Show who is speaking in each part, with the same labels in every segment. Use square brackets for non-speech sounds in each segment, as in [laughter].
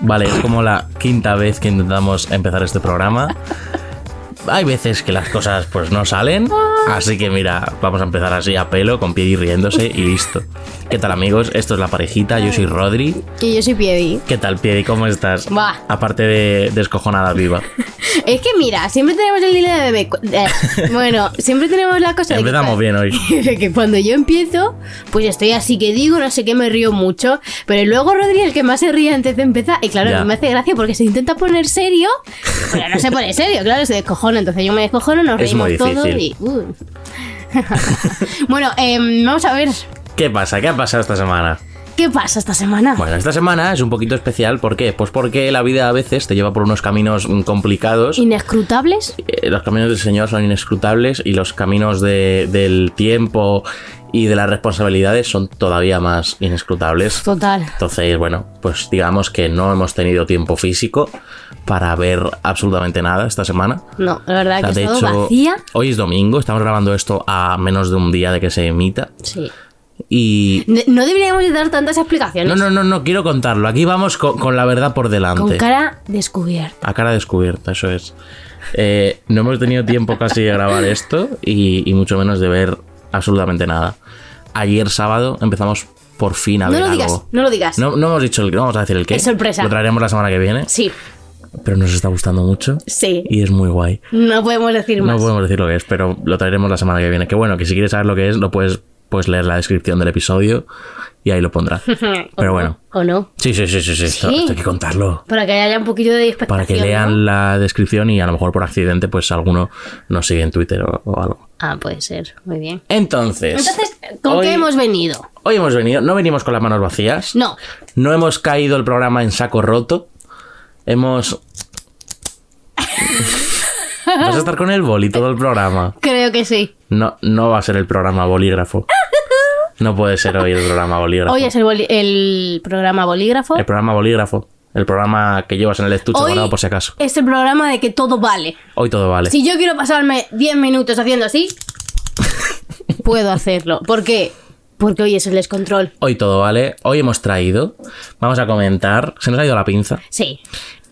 Speaker 1: Vale, es como la quinta vez que intentamos empezar este programa. Hay veces que las cosas pues no salen, así que mira, vamos a empezar así a pelo, con pie y riéndose y listo. ¿Qué tal amigos? Esto es La Parejita, yo soy Rodri.
Speaker 2: Que yo soy Pievi.
Speaker 1: ¿Qué tal, Piedi? ¿Cómo estás?
Speaker 2: Buah.
Speaker 1: Aparte de descojonada viva.
Speaker 2: Es que mira, siempre tenemos el hilo de bebé. cu- eh,
Speaker 1: [laughs]
Speaker 2: bueno, siempre tenemos la cosa de que-
Speaker 1: Empezamos bien hoy.
Speaker 2: [laughs] de que cuando yo empiezo, pues estoy así que digo, no sé qué, me río mucho. Pero luego Rodri es el que más se ríe antes de empezar. Y claro,
Speaker 1: Ya.
Speaker 2: a mí me hace gracia porque se intenta poner serio, pero no se pone serio, claro, se descojona. Entonces yo me descojono, nos
Speaker 1: Es
Speaker 2: reímos
Speaker 1: muy
Speaker 2: todos
Speaker 1: difícil.
Speaker 2: y. uh. [laughs] bueno, em, vamos a ver
Speaker 1: ¿Qué pasa? ¿Qué ha pasado esta semana?
Speaker 2: qué pasa esta semana.
Speaker 1: Bueno, esta semana es un poquito especial. ¿Por qué? Pues porque la vida a veces te lleva por unos caminos mm, complicados.
Speaker 2: ¿Inescrutables?
Speaker 1: Eh, los caminos del Señor son inescrutables y los caminos de- del tiempo y de las responsabilidades son todavía más inescrutables.
Speaker 2: Total.
Speaker 1: Entonces, bueno, pues digamos que no hemos tenido tiempo físico para ver absolutamente nada esta semana.
Speaker 2: No, la verdad
Speaker 1: O sea,
Speaker 2: que
Speaker 1: de
Speaker 2: he estado
Speaker 1: hecho, eh,
Speaker 2: vacía.
Speaker 1: hoy es domingo, estamos grabando esto a menos de un día de que se emita.
Speaker 2: Sí.
Speaker 1: Y...
Speaker 2: Ne- No deberíamos de dar tantas explicaciones.
Speaker 1: No, no, no, no quiero contarlo. Aquí vamos co- con, la verdad por delante.
Speaker 2: Con cara descubierta.
Speaker 1: A cara descubierta, eso es. Eh, no hemos tenido tiempo casi de grabar esto y, y mucho menos de ver absolutamente nada. Ayer sábado empezamos por fin a
Speaker 2: No
Speaker 1: ver
Speaker 2: lo
Speaker 1: algo.
Speaker 2: digas, no lo digas.
Speaker 1: No, no hemos dicho el, no vamos a decir el qué.
Speaker 2: Es sorpresa.
Speaker 1: Lo traeremos la semana que viene.
Speaker 2: Sí,
Speaker 1: Pero nos está gustando mucho
Speaker 2: sí.
Speaker 1: y es muy guay.
Speaker 2: No podemos decir
Speaker 1: No
Speaker 2: más.
Speaker 1: podemos decir lo que es, pero lo traeremos la semana que viene. Que bueno, que si quieres saber lo que es, lo puedes, puedes leer la descripción del episodio y ahí lo pondrá.
Speaker 2: [laughs] ¿O
Speaker 1: Pero
Speaker 2: no?
Speaker 1: bueno.
Speaker 2: ¿O no?
Speaker 1: Sí, sí, sí, sí, sí. Esto,
Speaker 2: Sí.
Speaker 1: esto hay que contarlo.
Speaker 2: Para que haya un poquillo de
Speaker 1: para
Speaker 2: expectación.
Speaker 1: que lean
Speaker 2: ¿no?
Speaker 1: la descripción y a lo mejor por accidente pues alguno nos sigue en Twitter o, o algo.
Speaker 2: Ah, puede ser. Muy bien.
Speaker 1: Entonces,
Speaker 2: Entonces, ¿con
Speaker 1: hoy,
Speaker 2: qué hemos venido?
Speaker 1: hoy hemos venido, no venimos con las manos vacías,
Speaker 2: No.
Speaker 1: no hemos caído el programa en saco roto, hemos...
Speaker 2: [laughs]
Speaker 1: Vas a estar con el boli todo el programa.
Speaker 2: Creo que sí.
Speaker 1: No, no va a ser el programa bolígrafo. No puede ser hoy el programa bolígrafo.
Speaker 2: Hoy es el, boli- el programa bolígrafo.
Speaker 1: El programa bolígrafo. El programa que llevas en el estuche
Speaker 2: Hoy
Speaker 1: guardado por si acaso.
Speaker 2: es el programa de que todo vale.
Speaker 1: Hoy todo vale.
Speaker 2: Si yo quiero pasarme 10 minutos haciendo así, [laughs] puedo hacerlo. ¿Por qué? Porque hoy es el descontrol.
Speaker 1: Hoy todo vale. Hoy hemos traído, vamos a comentar, se nos ha ido la pinza.
Speaker 2: Sí.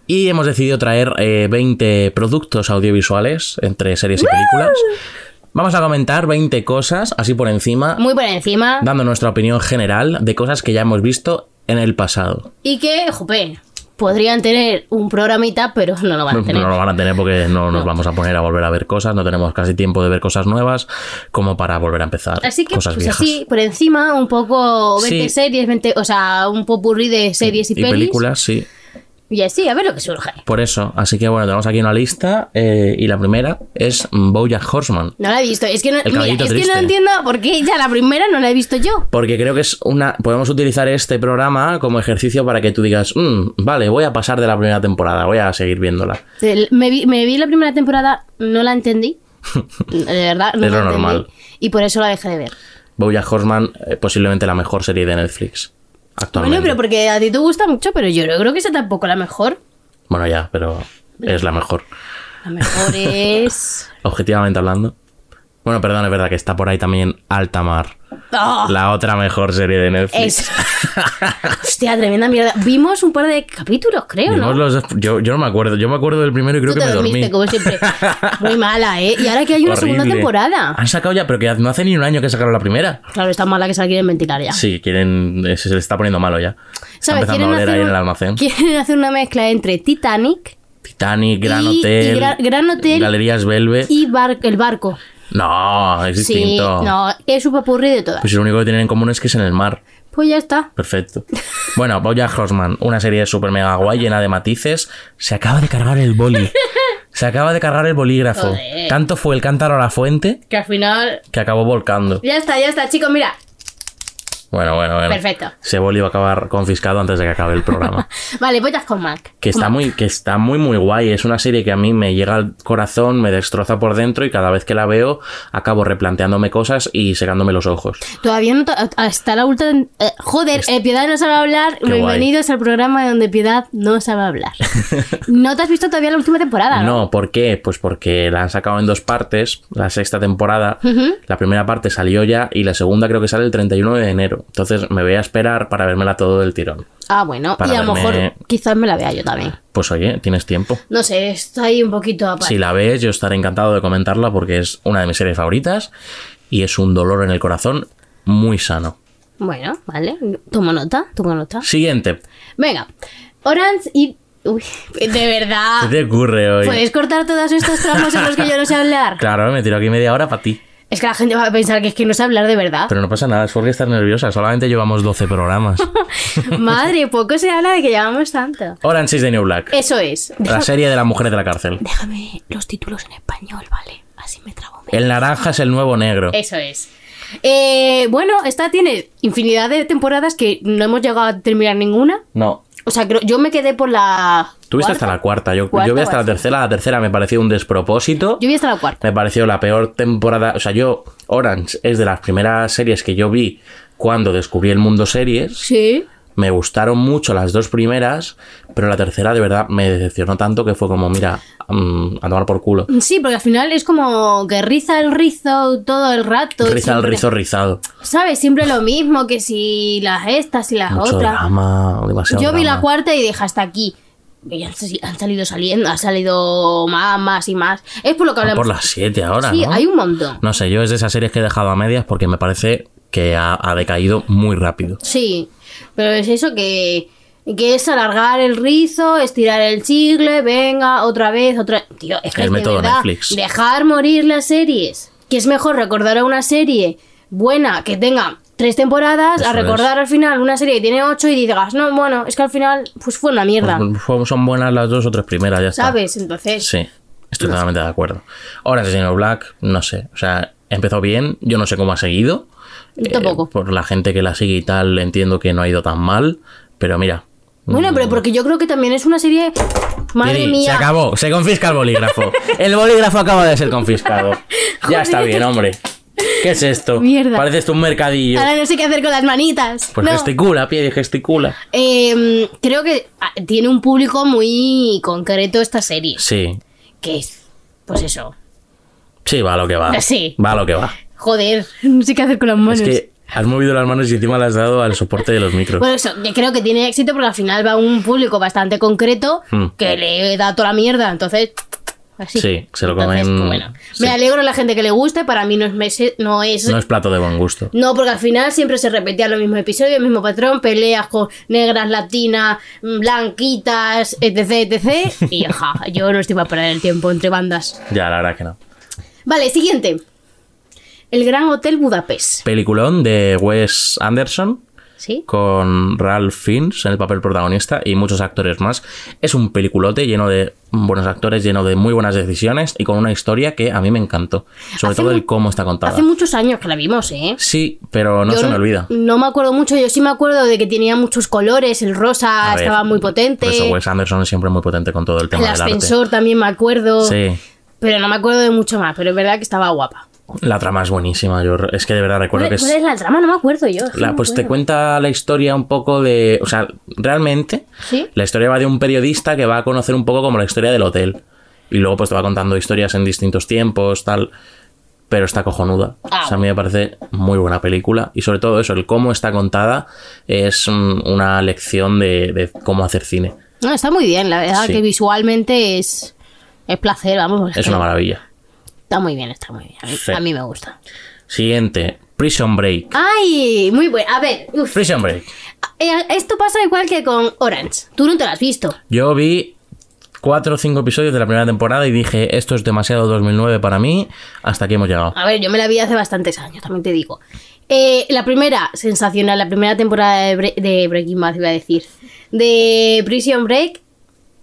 Speaker 1: Y hemos decidido traer eh, 20 productos audiovisuales entre series y películas. Vamos a comentar 20 cosas, así por encima,
Speaker 2: Muy por encima.
Speaker 1: dando nuestra opinión general de cosas que ya hemos visto en el pasado.
Speaker 2: Y que, jope, podrían tener un programita, pero no lo van
Speaker 1: No,
Speaker 2: a tener.
Speaker 1: no lo van a tener porque no nos vamos a poner a volver a ver cosas, no tenemos casi tiempo de ver cosas nuevas como para volver a empezar
Speaker 2: Así que,
Speaker 1: cosas
Speaker 2: pues
Speaker 1: viejas.
Speaker 2: así, por encima, un poco 20
Speaker 1: Sí.
Speaker 2: series, 20, o sea, un popurrí de series y,
Speaker 1: y
Speaker 2: pelis.
Speaker 1: películas, sí.
Speaker 2: Y así, a ver lo que surge.
Speaker 1: Por eso, así que bueno, tenemos aquí una lista eh, y la primera es Bojack Horseman.
Speaker 2: No la he visto. Es que no, mira,
Speaker 1: caballito
Speaker 2: es que no
Speaker 1: triste.
Speaker 2: entiendo por qué ya la primera no la he visto yo.
Speaker 1: Porque creo que es una. Podemos utilizar este programa como ejercicio para que tú digas, "Mm, vale, voy a pasar de la primera temporada, voy a seguir viéndola.
Speaker 2: El- Me vi, me vi la primera temporada, no
Speaker 1: [laughs]
Speaker 2: la entendí. De verdad, no
Speaker 1: Es
Speaker 2: la
Speaker 1: lo
Speaker 2: entendí.
Speaker 1: normal.
Speaker 2: Y por eso la dejé de ver.
Speaker 1: Bojack Horseman, eh, posiblemente la mejor serie de Netflix actualmente.
Speaker 2: Bueno,
Speaker 1: Bueno,
Speaker 2: pero porque a ti te gusta mucho, pero yo no creo que sea tampoco la mejor.
Speaker 1: ya, pero es la mejor. [laughs]
Speaker 2: La mejor es.
Speaker 1: Objetivamente hablando. Bueno, perdón, es verdad que está por ahí también Altamar,
Speaker 2: ¡Ah!
Speaker 1: la otra mejor serie de Netflix.
Speaker 2: Es... Hostia, tremenda mierda. Vimos un par de capítulos, creo, ¿no?
Speaker 1: Vimos los- yo, yo no me acuerdo, yo me acuerdo del primero y creo que
Speaker 2: Tú te
Speaker 1: me dormí.
Speaker 2: dormiste,
Speaker 1: [laughs]
Speaker 2: como siempre. Muy mala, ¿eh? Y ahora que hay una segunda
Speaker 1: Horrible.
Speaker 2: temporada.
Speaker 1: Han sacado ya, pero que no hace ni un año que sacaron la primera.
Speaker 2: Claro, está mala que se la quieren ventilar ya.
Speaker 1: Sí, quieren. eh, Se le está poniendo malo ya. Está empezando
Speaker 2: ¿Sabes?
Speaker 1: a
Speaker 2: Quieren
Speaker 1: oler
Speaker 2: hacer,
Speaker 1: ahí en
Speaker 2: un-
Speaker 1: el almacén.
Speaker 2: quieren hacer una mezcla entre Titanic
Speaker 1: Titanic, Gran
Speaker 2: Y- y
Speaker 1: Hotel.
Speaker 2: Gra- Gran Hotel-
Speaker 1: Galerías Velvet.
Speaker 2: y bar- el barco.
Speaker 1: No, es
Speaker 2: Sí,
Speaker 1: Eh. distinto.
Speaker 2: no, es un papurri de todas.
Speaker 1: Pues lo único que tienen en común es que es en el mar.
Speaker 2: Pues ya está. [laughs]
Speaker 1: Perfecto. Bueno, Bojack Horseman, una serie super mega guay, llena de matices. Se acaba de cargar el
Speaker 2: [laughs]
Speaker 1: boli. Se acaba de cargar el bolígrafo.
Speaker 2: Joder.
Speaker 1: Tanto fue el cántaro a la fuente
Speaker 2: Que al final.
Speaker 1: que acabó volcando.
Speaker 2: Ya está, ya está, chicos, mira.
Speaker 1: Bueno, bueno, bueno.
Speaker 2: Perfecto.
Speaker 1: Ese boli va a acabar confiscado antes de que acabe el programa.
Speaker 2: Vale, voy con Mac.
Speaker 1: Que está, muy, que está muy, muy guay. Es una serie que a mí me llega al corazón, me destroza por dentro y cada vez que la veo acabo replanteándome cosas y secándome los ojos.
Speaker 2: Todavía no. to- Hasta la última. eh, joder, eh, Piedad no sabe hablar.
Speaker 1: Este guay.
Speaker 2: Bienvenidos al programa donde Piedad no
Speaker 1: [laughs]
Speaker 2: sabe hablar. no te has visto todavía la última temporada, ¿no?
Speaker 1: No, ¿por qué? Pues porque la han sacado en dos partes, la sexta temporada. La primera parte salió ya y la segunda creo que sale el 31 de enero. claro. Entonces me voy a esperar para vérmela todo del tirón.
Speaker 2: Ah, bueno.
Speaker 1: Para
Speaker 2: y a lo
Speaker 1: verme-
Speaker 2: mejor quizás me la vea yo también.
Speaker 1: Pues oye, tienes tiempo.
Speaker 2: No sé, está ahí un poquito aparte.
Speaker 1: Si la ves, yo estaré encantado de comentarla porque es una de mis series favoritas y es un dolor en el corazón muy sano.
Speaker 2: Bueno, vale. Tomo nota, tomo nota.
Speaker 1: Siguiente.
Speaker 2: Venga. Orange y... Uy, de verdad.
Speaker 1: ¿Qué [laughs] te ocurre hoy?
Speaker 2: ¿Puedes cortar todos estos tramos en los que yo no sé
Speaker 1: [laughs]
Speaker 2: hablar?
Speaker 1: Claro, me tiro aquí media hora para ti.
Speaker 2: Es que la gente va a pensar que es que no sé hablar de verdad.
Speaker 1: Pero no pasa nada, es porque estás nerviosa. Solamente llevamos 12
Speaker 2: [laughs]
Speaker 1: programas.
Speaker 2: Madre, poco se habla de que llevamos tanto.
Speaker 1: Orange is the New Black.
Speaker 2: Eso es.
Speaker 1: La serie de las mujeres de la cárcel.
Speaker 2: Déjame los títulos en español, ¿vale? Así me trago menos.
Speaker 1: El naranja es el nuevo negro.
Speaker 2: Eso es. Eh, bueno, esta tiene infinidad de temporadas que no hemos llegado a terminar ninguna.
Speaker 1: No.
Speaker 2: O sea, creo- yo me quedé por la.
Speaker 1: Tuviste hasta
Speaker 2: cuarta.
Speaker 1: la cuarta. Yo,
Speaker 2: Cuarta
Speaker 1: yo vi
Speaker 2: o
Speaker 1: hasta la
Speaker 2: así.
Speaker 1: tercera. La tercera me pareció un despropósito.
Speaker 2: Yo vi hasta la cuarta.
Speaker 1: Me pareció la peor temporada. O sea, yo, Orange es de las primeras series que yo vi cuando descubrí el mundo series.
Speaker 2: Sí.
Speaker 1: Me gustaron mucho las dos primeras, pero la tercera de verdad me decepcionó tanto que fue como, mira, mm, a tomar por culo.
Speaker 2: Sí, porque al final es como que riza el rizo todo el rato.
Speaker 1: Riza el
Speaker 2: siempre-
Speaker 1: rizo rizado.
Speaker 2: ¿Sabes? Siempre lo mismo que si las estas y las
Speaker 1: Mucho
Speaker 2: otras.
Speaker 1: drama, demasiado.
Speaker 2: Yo vi la
Speaker 1: drama.
Speaker 2: cuarta y dije hasta aquí. Y han, han salido saliendo, han salido más, más y más. Es por lo que
Speaker 1: Ah,
Speaker 2: hablamos.
Speaker 1: Por las siete ahora.
Speaker 2: sí,
Speaker 1: ¿no?
Speaker 2: hay un montón.
Speaker 1: No sé, yo es de esas series que he dejado a medias porque me parece que ha, ha decaído muy rápido.
Speaker 2: Sí, pero es eso que, que es alargar el rizo, estirar el chicle, venga, otra vez, otra... Tío, es que
Speaker 1: El
Speaker 2: de
Speaker 1: método
Speaker 2: verdad,
Speaker 1: Netflix.
Speaker 2: dejar morir las series. Que es mejor recordar a una serie buena que tenga tres temporadas a
Speaker 1: Eso es.
Speaker 2: recordar al final una serie que tiene ocho y digas, no, bueno, es que al final pues fue una mierda,
Speaker 1: Fue- pues, Son buenas las dos o tres primeras, ya está.
Speaker 2: ¿sabes? Entonces...
Speaker 1: Sí, estoy totalmente de acuerdo. Ahora, Asesino Black, no sé. O sea, empezó bien, yo no sé cómo ha seguido. Eh,
Speaker 2: Yo tampoco.
Speaker 1: por la gente que la sigue y tal, entiendo que no ha ido tan mal. Pero mira.
Speaker 2: Bueno, pero porque yo creo que también es una serie... Madre
Speaker 1: Piri, Mm. se
Speaker 2: mía.
Speaker 1: acabó, se confisca el
Speaker 2: [laughs]
Speaker 1: bolígrafo. el bolígrafo acaba de ser confiscado. ya está bien, hombre. ¿Qué es esto?
Speaker 2: Mierda.
Speaker 1: Pareces tú un mercadillo.
Speaker 2: Ahora no sé qué hacer con las manitas.
Speaker 1: Pues
Speaker 2: No.
Speaker 1: gesticula, pie, gesticula.
Speaker 2: Eh, creo que ah, tiene un público muy concreto esta serie.
Speaker 1: Sí,
Speaker 2: Que es, pues eso.
Speaker 1: sí, va lo que va.
Speaker 2: Eh, Sí.
Speaker 1: Va lo que va.
Speaker 2: Joder, [laughs] no sé qué hacer con las manos.
Speaker 1: Es que has movido las manos y encima las has dado al soporte de los micros.
Speaker 2: Bueno, eso, que creo que tiene éxito porque al final va un público bastante concreto
Speaker 1: Hmm.
Speaker 2: que le da toda la mierda. Entonces, así.
Speaker 1: Sí, se lo
Speaker 2: Entonces,
Speaker 1: comen-
Speaker 2: pues bueno.
Speaker 1: sí.
Speaker 2: Me alegro de la gente que le guste. Para mí no es. mes- No es
Speaker 1: No es plato de buen gusto.
Speaker 2: No, porque al final siempre se repetían los mismos episodios, el mismo patrón, peleas con negras, latinas, mm, blanquitas, etc, etc.
Speaker 1: [laughs]
Speaker 2: Y ja, yo no estoy para perder el tiempo entre bandas.
Speaker 1: Ya, la verdad que no.
Speaker 2: Vale, siguiente. El Gran Hotel Budapest.
Speaker 1: Peliculón de Wes Anderson
Speaker 2: ¿Sí?
Speaker 1: con Ralph Fiennes en el papel protagonista y muchos actores más. Es un peliculote lleno de buenos actores, lleno de muy buenas decisiones y con una historia que a mí me encantó. Sobre
Speaker 2: Hace
Speaker 1: todo
Speaker 2: mu-
Speaker 1: el cómo está contada.
Speaker 2: Hace muchos años que la vimos, ¿eh?
Speaker 1: Sí, pero no
Speaker 2: Yo
Speaker 1: se me olvida.
Speaker 2: No me acuerdo mucho, yo sí me acuerdo de que tenía muchos colores, el rosa
Speaker 1: A ver,
Speaker 2: estaba muy potente,
Speaker 1: Por eso Wes Anderson es siempre muy potente con todo el tema
Speaker 2: el
Speaker 1: del
Speaker 2: ascensor también me acuerdo,
Speaker 1: arte. Sí.
Speaker 2: pero no me acuerdo de mucho más, pero es verdad que estaba guapa.
Speaker 1: La trama es buenísima. Yo re- es que de verdad recuerdo
Speaker 2: ¿Cuál,
Speaker 1: que es.
Speaker 2: cuál es la trama? No me acuerdo yo. es que
Speaker 1: La-
Speaker 2: no me
Speaker 1: pues te
Speaker 2: acuerdo.
Speaker 1: cuenta la historia un poco de. O sea, realmente.
Speaker 2: ¿Sí?
Speaker 1: La historia va de un periodista que va a conocer un poco como la historia del hotel. Y luego, pues te va contando historias en distintos tiempos, tal. Pero está cojonuda.
Speaker 2: Ah.
Speaker 1: O sea, a mí me parece muy buena película. Y sobre todo eso, el cómo está contada es mm, una lección de, de cómo hacer cine.
Speaker 2: No, está muy bien, la verdad
Speaker 1: Sí.
Speaker 2: que visualmente es, es placer, vamos.
Speaker 1: Es
Speaker 2: que
Speaker 1: una maravilla.
Speaker 2: Está muy bien, está muy bien. A mí,
Speaker 1: Sí.
Speaker 2: a mí me gusta.
Speaker 1: Siguiente: Prison Break.
Speaker 2: ¡Ay! Muy bueno. A ver, uf.
Speaker 1: Prison Break.
Speaker 2: Eh, esto pasa igual que con Orange. Tú no te lo has visto.
Speaker 1: Yo vi cuatro o cinco episodios de la primera temporada y dije, esto es demasiado 2009 para mí, hasta aquí hemos llegado.
Speaker 2: A ver, yo me la vi hace bastantes años, también te digo. Eh, la primera, sensacional, la primera temporada de, Bre- de Breaking Bad, iba a decir. De Prison Break,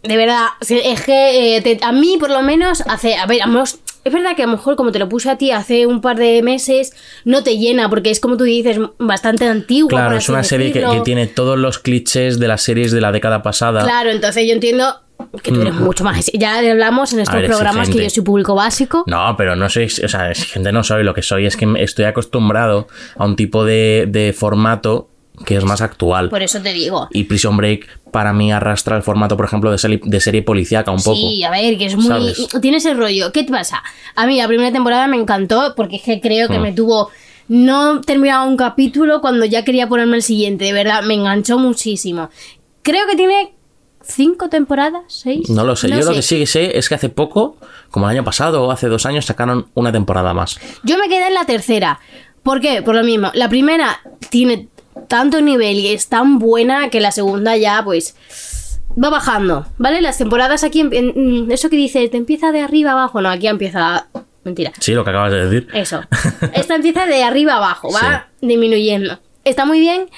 Speaker 2: de verdad, se- es que eh, te- a mí por lo menos hace... A ver, a lo mejor- es verdad que a lo mejor como te lo puse a ti hace un par de meses, no te llena porque es como tú dices, bastante antigua. por
Speaker 1: Claro, es
Speaker 2: así
Speaker 1: una serie que, que
Speaker 2: decirlo.
Speaker 1: tiene todos los clichés de las series de la década pasada.
Speaker 2: Claro, entonces yo entiendo que tú eres mucho más... exi- Ya hablamos en estos
Speaker 1: ver,
Speaker 2: programas que
Speaker 1: exigente.
Speaker 2: yo soy público básico.
Speaker 1: No, pero no soy, o sea, gente no soy, lo que soy es que me- estoy acostumbrado a un tipo de, de formato que es más actual.
Speaker 2: Por eso te digo.
Speaker 1: Y Prison Break para mí arrastra el formato, por ejemplo, de, seli- de serie policíaca un poco.
Speaker 2: Sí, a ver, que es muy.
Speaker 1: ¿Sabes? Mm.
Speaker 2: Tienes el rollo. ¿Qué te pasa? A mí la primera temporada me encantó porque es que creo que me tuvo No terminaba un capítulo cuando ya quería ponerme el siguiente, de verdad, me enganchó muchísimo. Creo que tiene cinco temporadas, seis.
Speaker 1: No lo sé. Yo lo que
Speaker 2: sé.
Speaker 1: sí que sé es que hace poco, como el año pasado o hace dos años, sacaron una temporada más.
Speaker 2: Yo me quedé en la tercera. ¿Por qué? Por lo mismo. La primera tiene tanto nivel y es tan buena que la segunda ya, pues, va bajando. ¿Vale? Las temporadas aquí. em- en- mm, eso que dice, te empieza de arriba abajo. No, aquí empieza. Mentira.
Speaker 1: Sí, lo que acabas de decir.
Speaker 2: Eso. Esta empieza de arriba abajo, va disminuyendo. Está muy bien,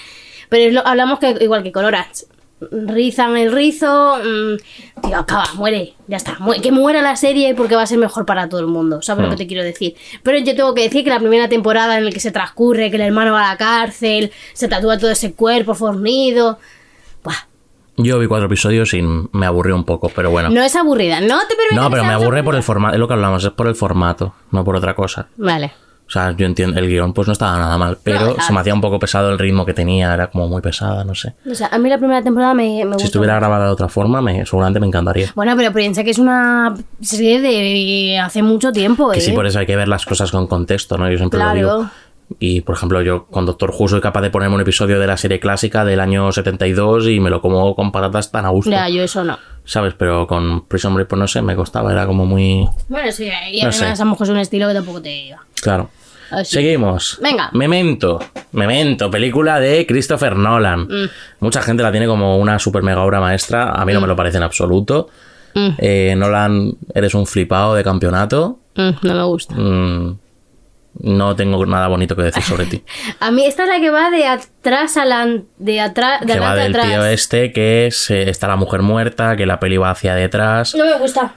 Speaker 2: pero es lo- hablamos que igual que con Orange. Rizan el rizo, mm, tío, acaba, muere, ya está, mu- que muera la serie porque va a ser mejor para todo el mundo, ¿sabes
Speaker 1: Mm.
Speaker 2: lo que te quiero decir? Pero yo tengo que decir que la primera temporada en la que se transcurre, que el hermano va a la cárcel, se tatúa todo ese cuerpo fornido, buah,
Speaker 1: Yo vi cuatro episodios y me aburrió un poco, pero bueno.
Speaker 2: no es aburrida, no te permite
Speaker 1: No,
Speaker 2: que
Speaker 1: pero me
Speaker 2: seas
Speaker 1: aburre
Speaker 2: aburrida.
Speaker 1: por el formato, es lo que hablamos, es por el formato, no por otra cosa.
Speaker 2: Vale,
Speaker 1: O sea, yo entiendo, el guión pues no estaba nada mal, pero
Speaker 2: Claro.
Speaker 1: se me hacía un poco pesado el ritmo que tenía, era como muy pesada, no sé.
Speaker 2: o sea, a mí la primera temporada me, me
Speaker 1: Si
Speaker 2: gustó
Speaker 1: estuviera grabada de otra forma, me, seguramente me encantaría.
Speaker 2: Bueno, pero piensa que es una serie de hace mucho tiempo, ¿eh?
Speaker 1: Que Pues sí, por eso hay que ver las cosas con contexto, ¿no? Yo siempre
Speaker 2: Claro.
Speaker 1: lo digo. Y, por ejemplo, yo con Doctor Who soy capaz de ponerme un episodio de la serie clásica del año 72 y me lo como con patatas tan a gusto,
Speaker 2: Ya, yo eso no.
Speaker 1: ¿sabes? Pero con Prison Break, pues no sé, me costaba, era como muy...
Speaker 2: Bueno, sí, y
Speaker 1: No
Speaker 2: además
Speaker 1: sé.
Speaker 2: a lo mejor es un estilo que tampoco te iba.
Speaker 1: Claro.
Speaker 2: Así.
Speaker 1: Seguimos.
Speaker 2: Venga.
Speaker 1: Memento. Memento, película de Christopher Nolan.
Speaker 2: Mm.
Speaker 1: Mucha gente la tiene como una super mega obra maestra. A mí no me lo parece en absoluto.
Speaker 2: Mm.
Speaker 1: Eh, Nolan, eres un flipado de campeonato.
Speaker 2: Mm, no me gusta.
Speaker 1: Mm, no tengo nada bonito que decir sobre ti.
Speaker 2: A mí esta es la que va de atrás a la... De atrás... [laughs] De
Speaker 1: que va
Speaker 2: adelante a
Speaker 1: del
Speaker 2: atrás.
Speaker 1: tío este que es, eh, está la mujer muerta, que la peli va hacia detrás.
Speaker 2: No me gusta.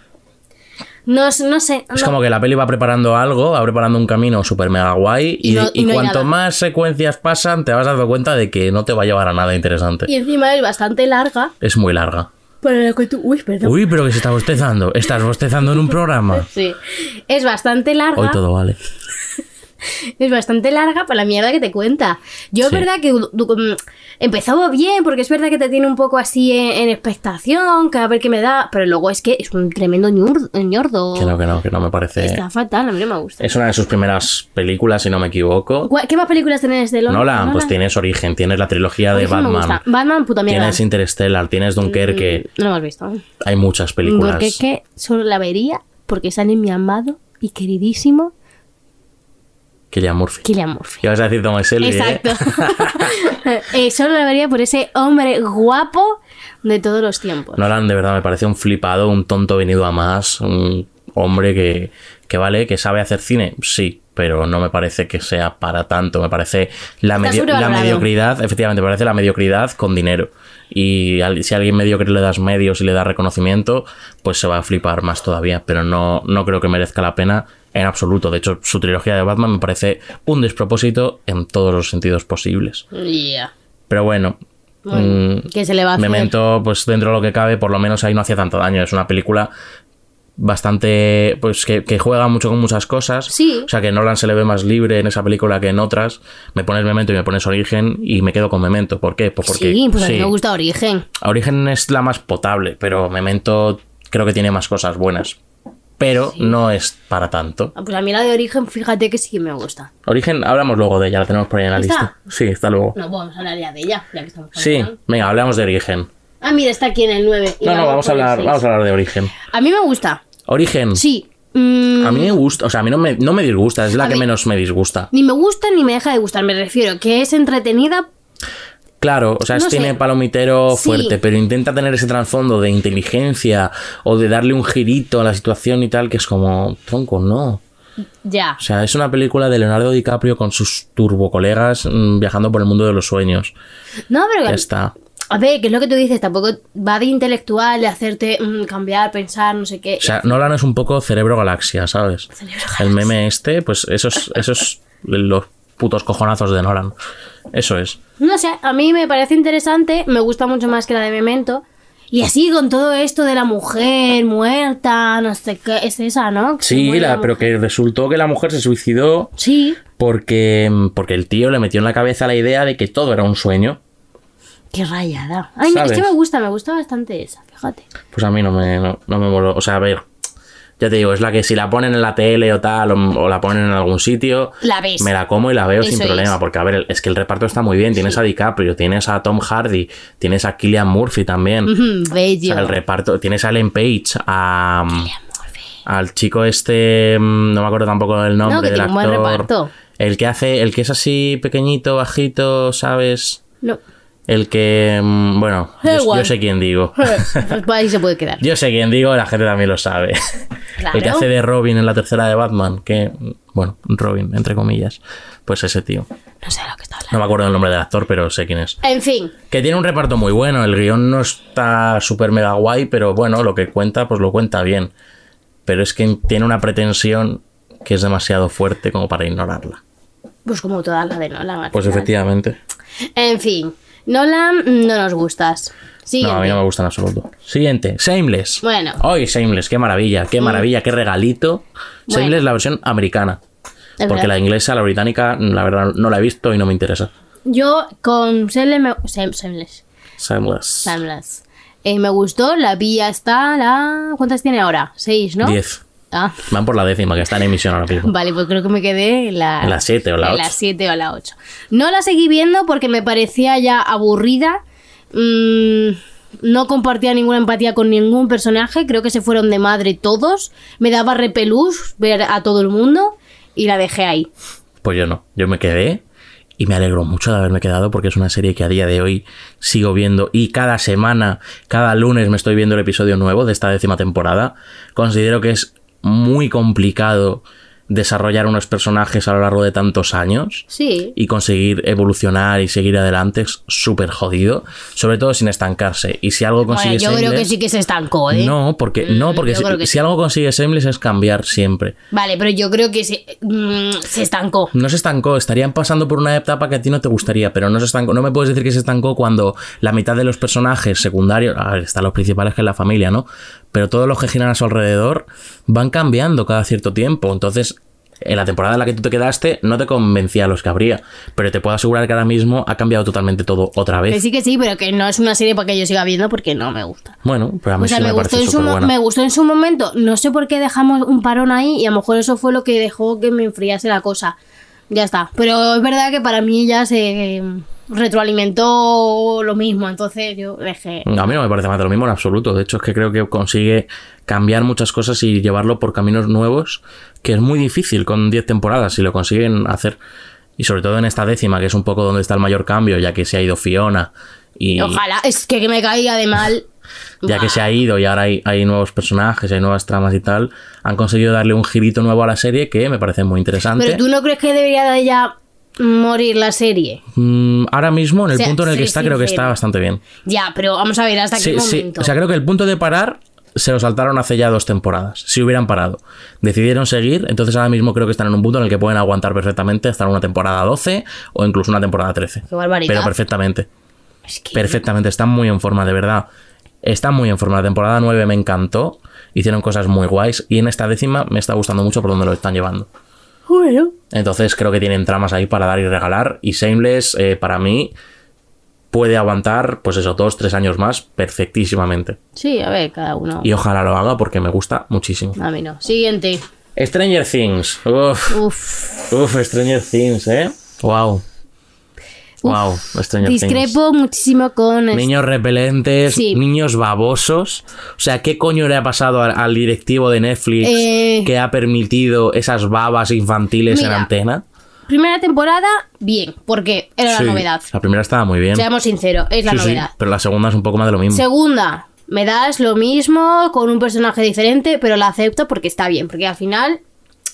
Speaker 2: No, s- no sé.
Speaker 1: Es
Speaker 2: no.
Speaker 1: como que la peli va preparando algo, va preparando un camino super mega guay y,
Speaker 2: Y no- y
Speaker 1: y
Speaker 2: no hay
Speaker 1: cuanto
Speaker 2: nada.
Speaker 1: más secuencias pasan te vas dando cuenta de que no te va a llevar a nada interesante.
Speaker 2: Y encima es bastante larga.
Speaker 1: Es muy larga.
Speaker 2: Pero la que tú... Uy, perdón.
Speaker 1: Uy, pero que se está bostezando. Estás bostezando en un
Speaker 2: [laughs]
Speaker 1: programa.
Speaker 2: Sí. Es bastante larga.
Speaker 1: Hoy todo vale.
Speaker 2: Es bastante larga para la mierda que te cuenta. Yo
Speaker 1: Sí.
Speaker 2: es verdad que du- du- mm, empezaba bien, porque es verdad que te tiene un poco así en, en expectación, que a ver qué me da, pero luego es que es un tremendo ñur- ñordo.
Speaker 1: Que eh, no, que no, que no me parece.
Speaker 2: Está fatal, a mí no me gusta.
Speaker 1: Es una de sus primeras películas, si no me equivoco.
Speaker 2: Gua- ¿Qué más películas tenés de Lola?
Speaker 1: Nolan, pues tienes Origen, tienes la trilogía de Batman,
Speaker 2: Batman, puta mierda.
Speaker 1: tienes Interstellar, tienes Dunkerque.
Speaker 2: No lo hemos visto.
Speaker 1: Hay muchas películas.
Speaker 2: Porque es que solo la vería porque sale mi amado y queridísimo
Speaker 1: Killian Murphy.
Speaker 2: Killian Murphy.
Speaker 1: Ya vas a decir Tom Selby, ¿eh?
Speaker 2: Exacto.
Speaker 1: [laughs]
Speaker 2: [laughs] Eh, solo la vería por ese hombre guapo de todos los tiempos.
Speaker 1: Nolan, de verdad, me parece un flipado, un tonto venido a más. Un hombre que, que vale, que sabe hacer cine, sí. Pero no me parece que sea para tanto. Me parece la, medio- la
Speaker 2: sobrevalorado.
Speaker 1: mediocridad, efectivamente, me parece la mediocridad con dinero. Y al- si a alguien mediocre le das medios y le das reconocimiento, pues se va a flipar más todavía. Pero no, no creo que merezca la pena en absoluto. De hecho, su trilogía de Batman me parece un despropósito en todos los sentidos posibles.
Speaker 2: Ya.
Speaker 1: Pero bueno. mm,
Speaker 2: Que se le va a hacer.
Speaker 1: Memento, pues dentro de lo que cabe, por lo menos ahí no hacía tanto daño. Es una película bastante. Pues que, que juega mucho con muchas cosas.
Speaker 2: Sí.
Speaker 1: O sea, que Nolan se le ve más libre en esa película que en otras. Me pones Memento y me pones Origen y me quedo con Memento. ¿Por qué? Pues porque.
Speaker 2: sí, pues a mí
Speaker 1: sí.
Speaker 2: me gusta Origen.
Speaker 1: Origen es la más potable, pero Memento creo que tiene más cosas buenas. Pero no es para tanto.
Speaker 2: Ah, Pues a mí la de Origen, fíjate que sí que me gusta.
Speaker 1: Origen, hablamos luego de ella, la tenemos por ahí en la
Speaker 2: ¿Está?
Speaker 1: lista. Sí, está luego.
Speaker 2: No, pues vamos a hablar ya de ella, ya que estamos con
Speaker 1: Sí,
Speaker 2: Origen.
Speaker 1: venga, hablamos de Origen.
Speaker 2: Ah, mira, está aquí en el 9. y
Speaker 1: No, no, vamos a
Speaker 2: por el
Speaker 1: hablar,
Speaker 2: seis.
Speaker 1: vamos a hablar de Origen.
Speaker 2: A mí me gusta.
Speaker 1: Origen.
Speaker 2: Sí. Mm,
Speaker 1: A mí me gusta, o sea, a mí no me, no me disgusta, es la que
Speaker 2: mí-
Speaker 1: menos me disgusta.
Speaker 2: Ni me gusta ni me deja de gustar, me refiero. Que es entretenida.
Speaker 1: Claro, o sea, es-
Speaker 2: No sé.
Speaker 1: tiene palomitero
Speaker 2: Sí.
Speaker 1: fuerte, pero intenta tener ese trasfondo de inteligencia o de darle un girito a la situación y tal, que es como, tronco, no.
Speaker 2: Ya.
Speaker 1: O sea, es una película de Leonardo DiCaprio con sus turbocolegas mm, viajando por el mundo de los sueños.
Speaker 2: No, pero
Speaker 1: Ya está.
Speaker 2: a ver, que es lo que tú dices, tampoco va de intelectual, de hacerte mm, cambiar, pensar, no sé qué.
Speaker 1: O sea, Nolan es un poco cerebro galaxia, ¿sabes?
Speaker 2: Cerebro
Speaker 1: El meme este, pues esos, esos, los putos cojonazos de Nolan. Eso es.
Speaker 2: No sé, a mí me parece interesante, me gusta mucho más que la de Memento. Y así con todo esto de la mujer muerta, no sé qué, es esa, ¿no? Que se
Speaker 1: Sí,
Speaker 2: muere
Speaker 1: la,
Speaker 2: mu-
Speaker 1: pero que resultó que la mujer se suicidó
Speaker 2: Sí,
Speaker 1: Porque, porque el tío le metió en la cabeza la idea de que todo era un sueño.
Speaker 2: qué rayada. Ay,
Speaker 1: ¿Sabes? [laughs]
Speaker 2: es que me gusta, me gusta bastante esa, fíjate.
Speaker 1: Pues a mí no me, no, no me moló. O sea, a ver. Ya te digo, es la que si la ponen en la tele o tal, o, o la ponen en algún sitio,
Speaker 2: La ves.
Speaker 1: me la como y la veo sin
Speaker 2: Eso
Speaker 1: problema.
Speaker 2: es.
Speaker 1: Porque, a ver, es que el reparto está muy bien. Tienes a DiCaprio, tienes a Tom Hardy, tienes a Killian Murphy también.
Speaker 2: Ujú,
Speaker 1: O
Speaker 2: Bello.
Speaker 1: sea, el reparto. Tienes a Ellen Page, a, al chico este. mm, No me acuerdo tampoco del nombre
Speaker 2: No, que
Speaker 1: del
Speaker 2: tiene un buen
Speaker 1: actor.
Speaker 2: reparto.
Speaker 1: El que hace. El que es así pequeñito, bajito, ¿sabes?
Speaker 2: No.
Speaker 1: El que. mm, Bueno,
Speaker 2: Da
Speaker 1: yo- yo,
Speaker 2: igual.
Speaker 1: sé quién digo.
Speaker 2: Pues ahí se puede quedar.
Speaker 1: [laughs] Yo sé quién digo, la gente también lo sabe.
Speaker 2: Claro.
Speaker 1: El que hace de Robin en la tercera de Batman, que. mm, Bueno, Robin, entre comillas. Pues ese tío.
Speaker 2: No sé de lo que está hablando.
Speaker 1: No me acuerdo el nombre del actor, pero sé quién es.
Speaker 2: En fin,
Speaker 1: Que tiene un reparto muy bueno. El guión no está súper mega guay, pero bueno, lo que cuenta, pues lo cuenta bien. Pero es que tiene una pretensión que es demasiado fuerte como para ignorarla.
Speaker 2: pues como todas las de Nolan. al
Speaker 1: Pues
Speaker 2: final.
Speaker 1: efectivamente.
Speaker 2: En fin, Nolan mm, no nos gustas.
Speaker 1: No, a
Speaker 2: Siguiente.
Speaker 1: mí no me gusta en absoluto. Siguiente, Shameless.
Speaker 2: Bueno.
Speaker 1: Hoy Shameless, qué maravilla, qué maravilla, qué regalito. Shameless
Speaker 2: Bueno.
Speaker 1: la versión americana.
Speaker 2: Es
Speaker 1: Porque
Speaker 2: verdad.
Speaker 1: la inglesa, la británica, la verdad no la he visto y no me interesa.
Speaker 2: Yo con Sele me... Sem- Semles.
Speaker 1: Shameless.
Speaker 2: Samlas. Eh, me gustó, la vi hasta la... ¿Cuántas tiene ahora? Seis, ¿no?
Speaker 1: Diez.
Speaker 2: Ah,
Speaker 1: Van por la décima, que está en emisión ahora mismo.
Speaker 2: vale, pues creo que me quedé en la...
Speaker 1: En la siete o la
Speaker 2: en
Speaker 1: ocho.
Speaker 2: la siete o la ocho. No la seguí viendo porque me parecía ya aburrida. Mm, no compartía ninguna empatía con ningún personaje. Creo que se fueron de madre todos. Me daba repelús ver a todo el mundo. Y la dejé ahí.
Speaker 1: Pues yo no, yo me quedé y me alegro mucho de haberme quedado porque es una serie que a día de hoy sigo viendo y cada semana, cada lunes me estoy viendo el episodio nuevo de esta décima temporada. Considero que es muy complicado desarrollar unos personajes a lo largo de tantos años
Speaker 2: Sí.
Speaker 1: y conseguir evolucionar y seguir adelante es súper jodido, sobre todo sin estancarse. Y si algo
Speaker 2: Bueno,
Speaker 1: consigues...
Speaker 2: yo creo que
Speaker 1: Shameless-
Speaker 2: sí que se estancó, ¿eh?
Speaker 1: No, porque,
Speaker 2: Mm,
Speaker 1: no, porque
Speaker 2: yo
Speaker 1: si,
Speaker 2: creo que
Speaker 1: si
Speaker 2: sí.
Speaker 1: algo consigues Shameless es cambiar siempre.
Speaker 2: Vale, pero yo creo que se, mm, se estancó.
Speaker 1: No se estancó, estarían pasando por una etapa que a ti no te gustaría, pero no se estancó. No me puedes decir que se estancó cuando la mitad de los personajes secundarios, a ver, están los principales que es la familia, ¿no? Pero todos los que giran a su alrededor van cambiando cada cierto tiempo. Entonces, en la temporada en la que tú te quedaste, no te convencía a los que habría. Pero te puedo asegurar que ahora mismo ha cambiado totalmente todo otra
Speaker 2: Que
Speaker 1: vez.
Speaker 2: sí, que sí, pero que no es una serie para que yo siga viendo porque no me gusta.
Speaker 1: Bueno, pero a mí
Speaker 2: O sea,
Speaker 1: sí
Speaker 2: me,
Speaker 1: me,
Speaker 2: gustó
Speaker 1: parece
Speaker 2: en su,
Speaker 1: súper
Speaker 2: mo-
Speaker 1: buena.
Speaker 2: me gustó en su momento. No sé por qué dejamos un parón ahí y a lo mejor eso fue lo que dejó que me enfriase la cosa. Ya está. Pero es verdad que para mí ya se eh, retroalimentó lo mismo. Entonces yo dejé.
Speaker 1: A mí no me parece más de lo mismo en absoluto. De hecho, es que creo que consigue cambiar muchas cosas y llevarlo por caminos nuevos, que es muy difícil con 10 temporadas si lo consiguen hacer. Y sobre todo en esta décima, que es un poco donde está el mayor cambio, ya que se ha ido Fiona y
Speaker 2: Ojalá. Es que, que me caiga de mal.
Speaker 1: ya que se ha ido y ahora hay, hay nuevos personajes, hay nuevas tramas y tal, han conseguido darle un girito nuevo a la serie que me parece muy interesante.
Speaker 2: Pero tú no crees que debería de ya morir la serie.
Speaker 1: Mm, ahora mismo, en el
Speaker 2: O sea,
Speaker 1: punto en el que
Speaker 2: soy
Speaker 1: está, creo que está
Speaker 2: sincera.
Speaker 1: bastante bien.
Speaker 2: Ya, pero vamos a ver hasta qué
Speaker 1: Sí, sí.
Speaker 2: momento.
Speaker 1: O sea, creo que el punto de parar se lo saltaron hace ya dos temporadas. Si hubieran parado. Decidieron seguir, entonces ahora mismo creo que están en un punto en el que pueden aguantar perfectamente hasta una temporada 12 o incluso una temporada 13.
Speaker 2: Qué barbaridad.
Speaker 1: Pero perfectamente.
Speaker 2: Es que-
Speaker 1: Perfectamente. Están muy en forma, de verdad. Están muy en forma. La temporada 9 me encantó. Hicieron cosas muy guays. Y en esta décima me está gustando mucho por donde lo están llevando.
Speaker 2: Bueno.
Speaker 1: Entonces creo que tienen tramas ahí para dar y regalar. Y Shameless, eh, para mí, puede aguantar, pues eso, dos, tres años más perfectísimamente.
Speaker 2: Sí, a ver, cada uno.
Speaker 1: Y ojalá lo haga porque me gusta muchísimo.
Speaker 2: A mí no. Siguiente.
Speaker 1: Stranger Things. Uf,
Speaker 2: Uf.
Speaker 1: uf, Stranger Things, ¿eh? Wow. Wow, Stranger Things.
Speaker 2: Discrepo muchísimo con. es-
Speaker 1: Niños repelentes,
Speaker 2: Sí.
Speaker 1: niños babosos. O sea, ¿qué coño le ha pasado al, al directivo de Netflix
Speaker 2: Eh.
Speaker 1: que ha permitido esas babas infantiles
Speaker 2: Mira,
Speaker 1: en antena?
Speaker 2: Primera temporada, bien, porque era
Speaker 1: Sí,
Speaker 2: la novedad.
Speaker 1: La primera estaba muy bien.
Speaker 2: Seamos sinceros, es la
Speaker 1: Sí, Mm. sí,
Speaker 2: novedad.
Speaker 1: pero la segunda es un poco más de lo mismo.
Speaker 2: Segunda, me das lo mismo con un personaje diferente, pero la acepto porque está bien, porque al final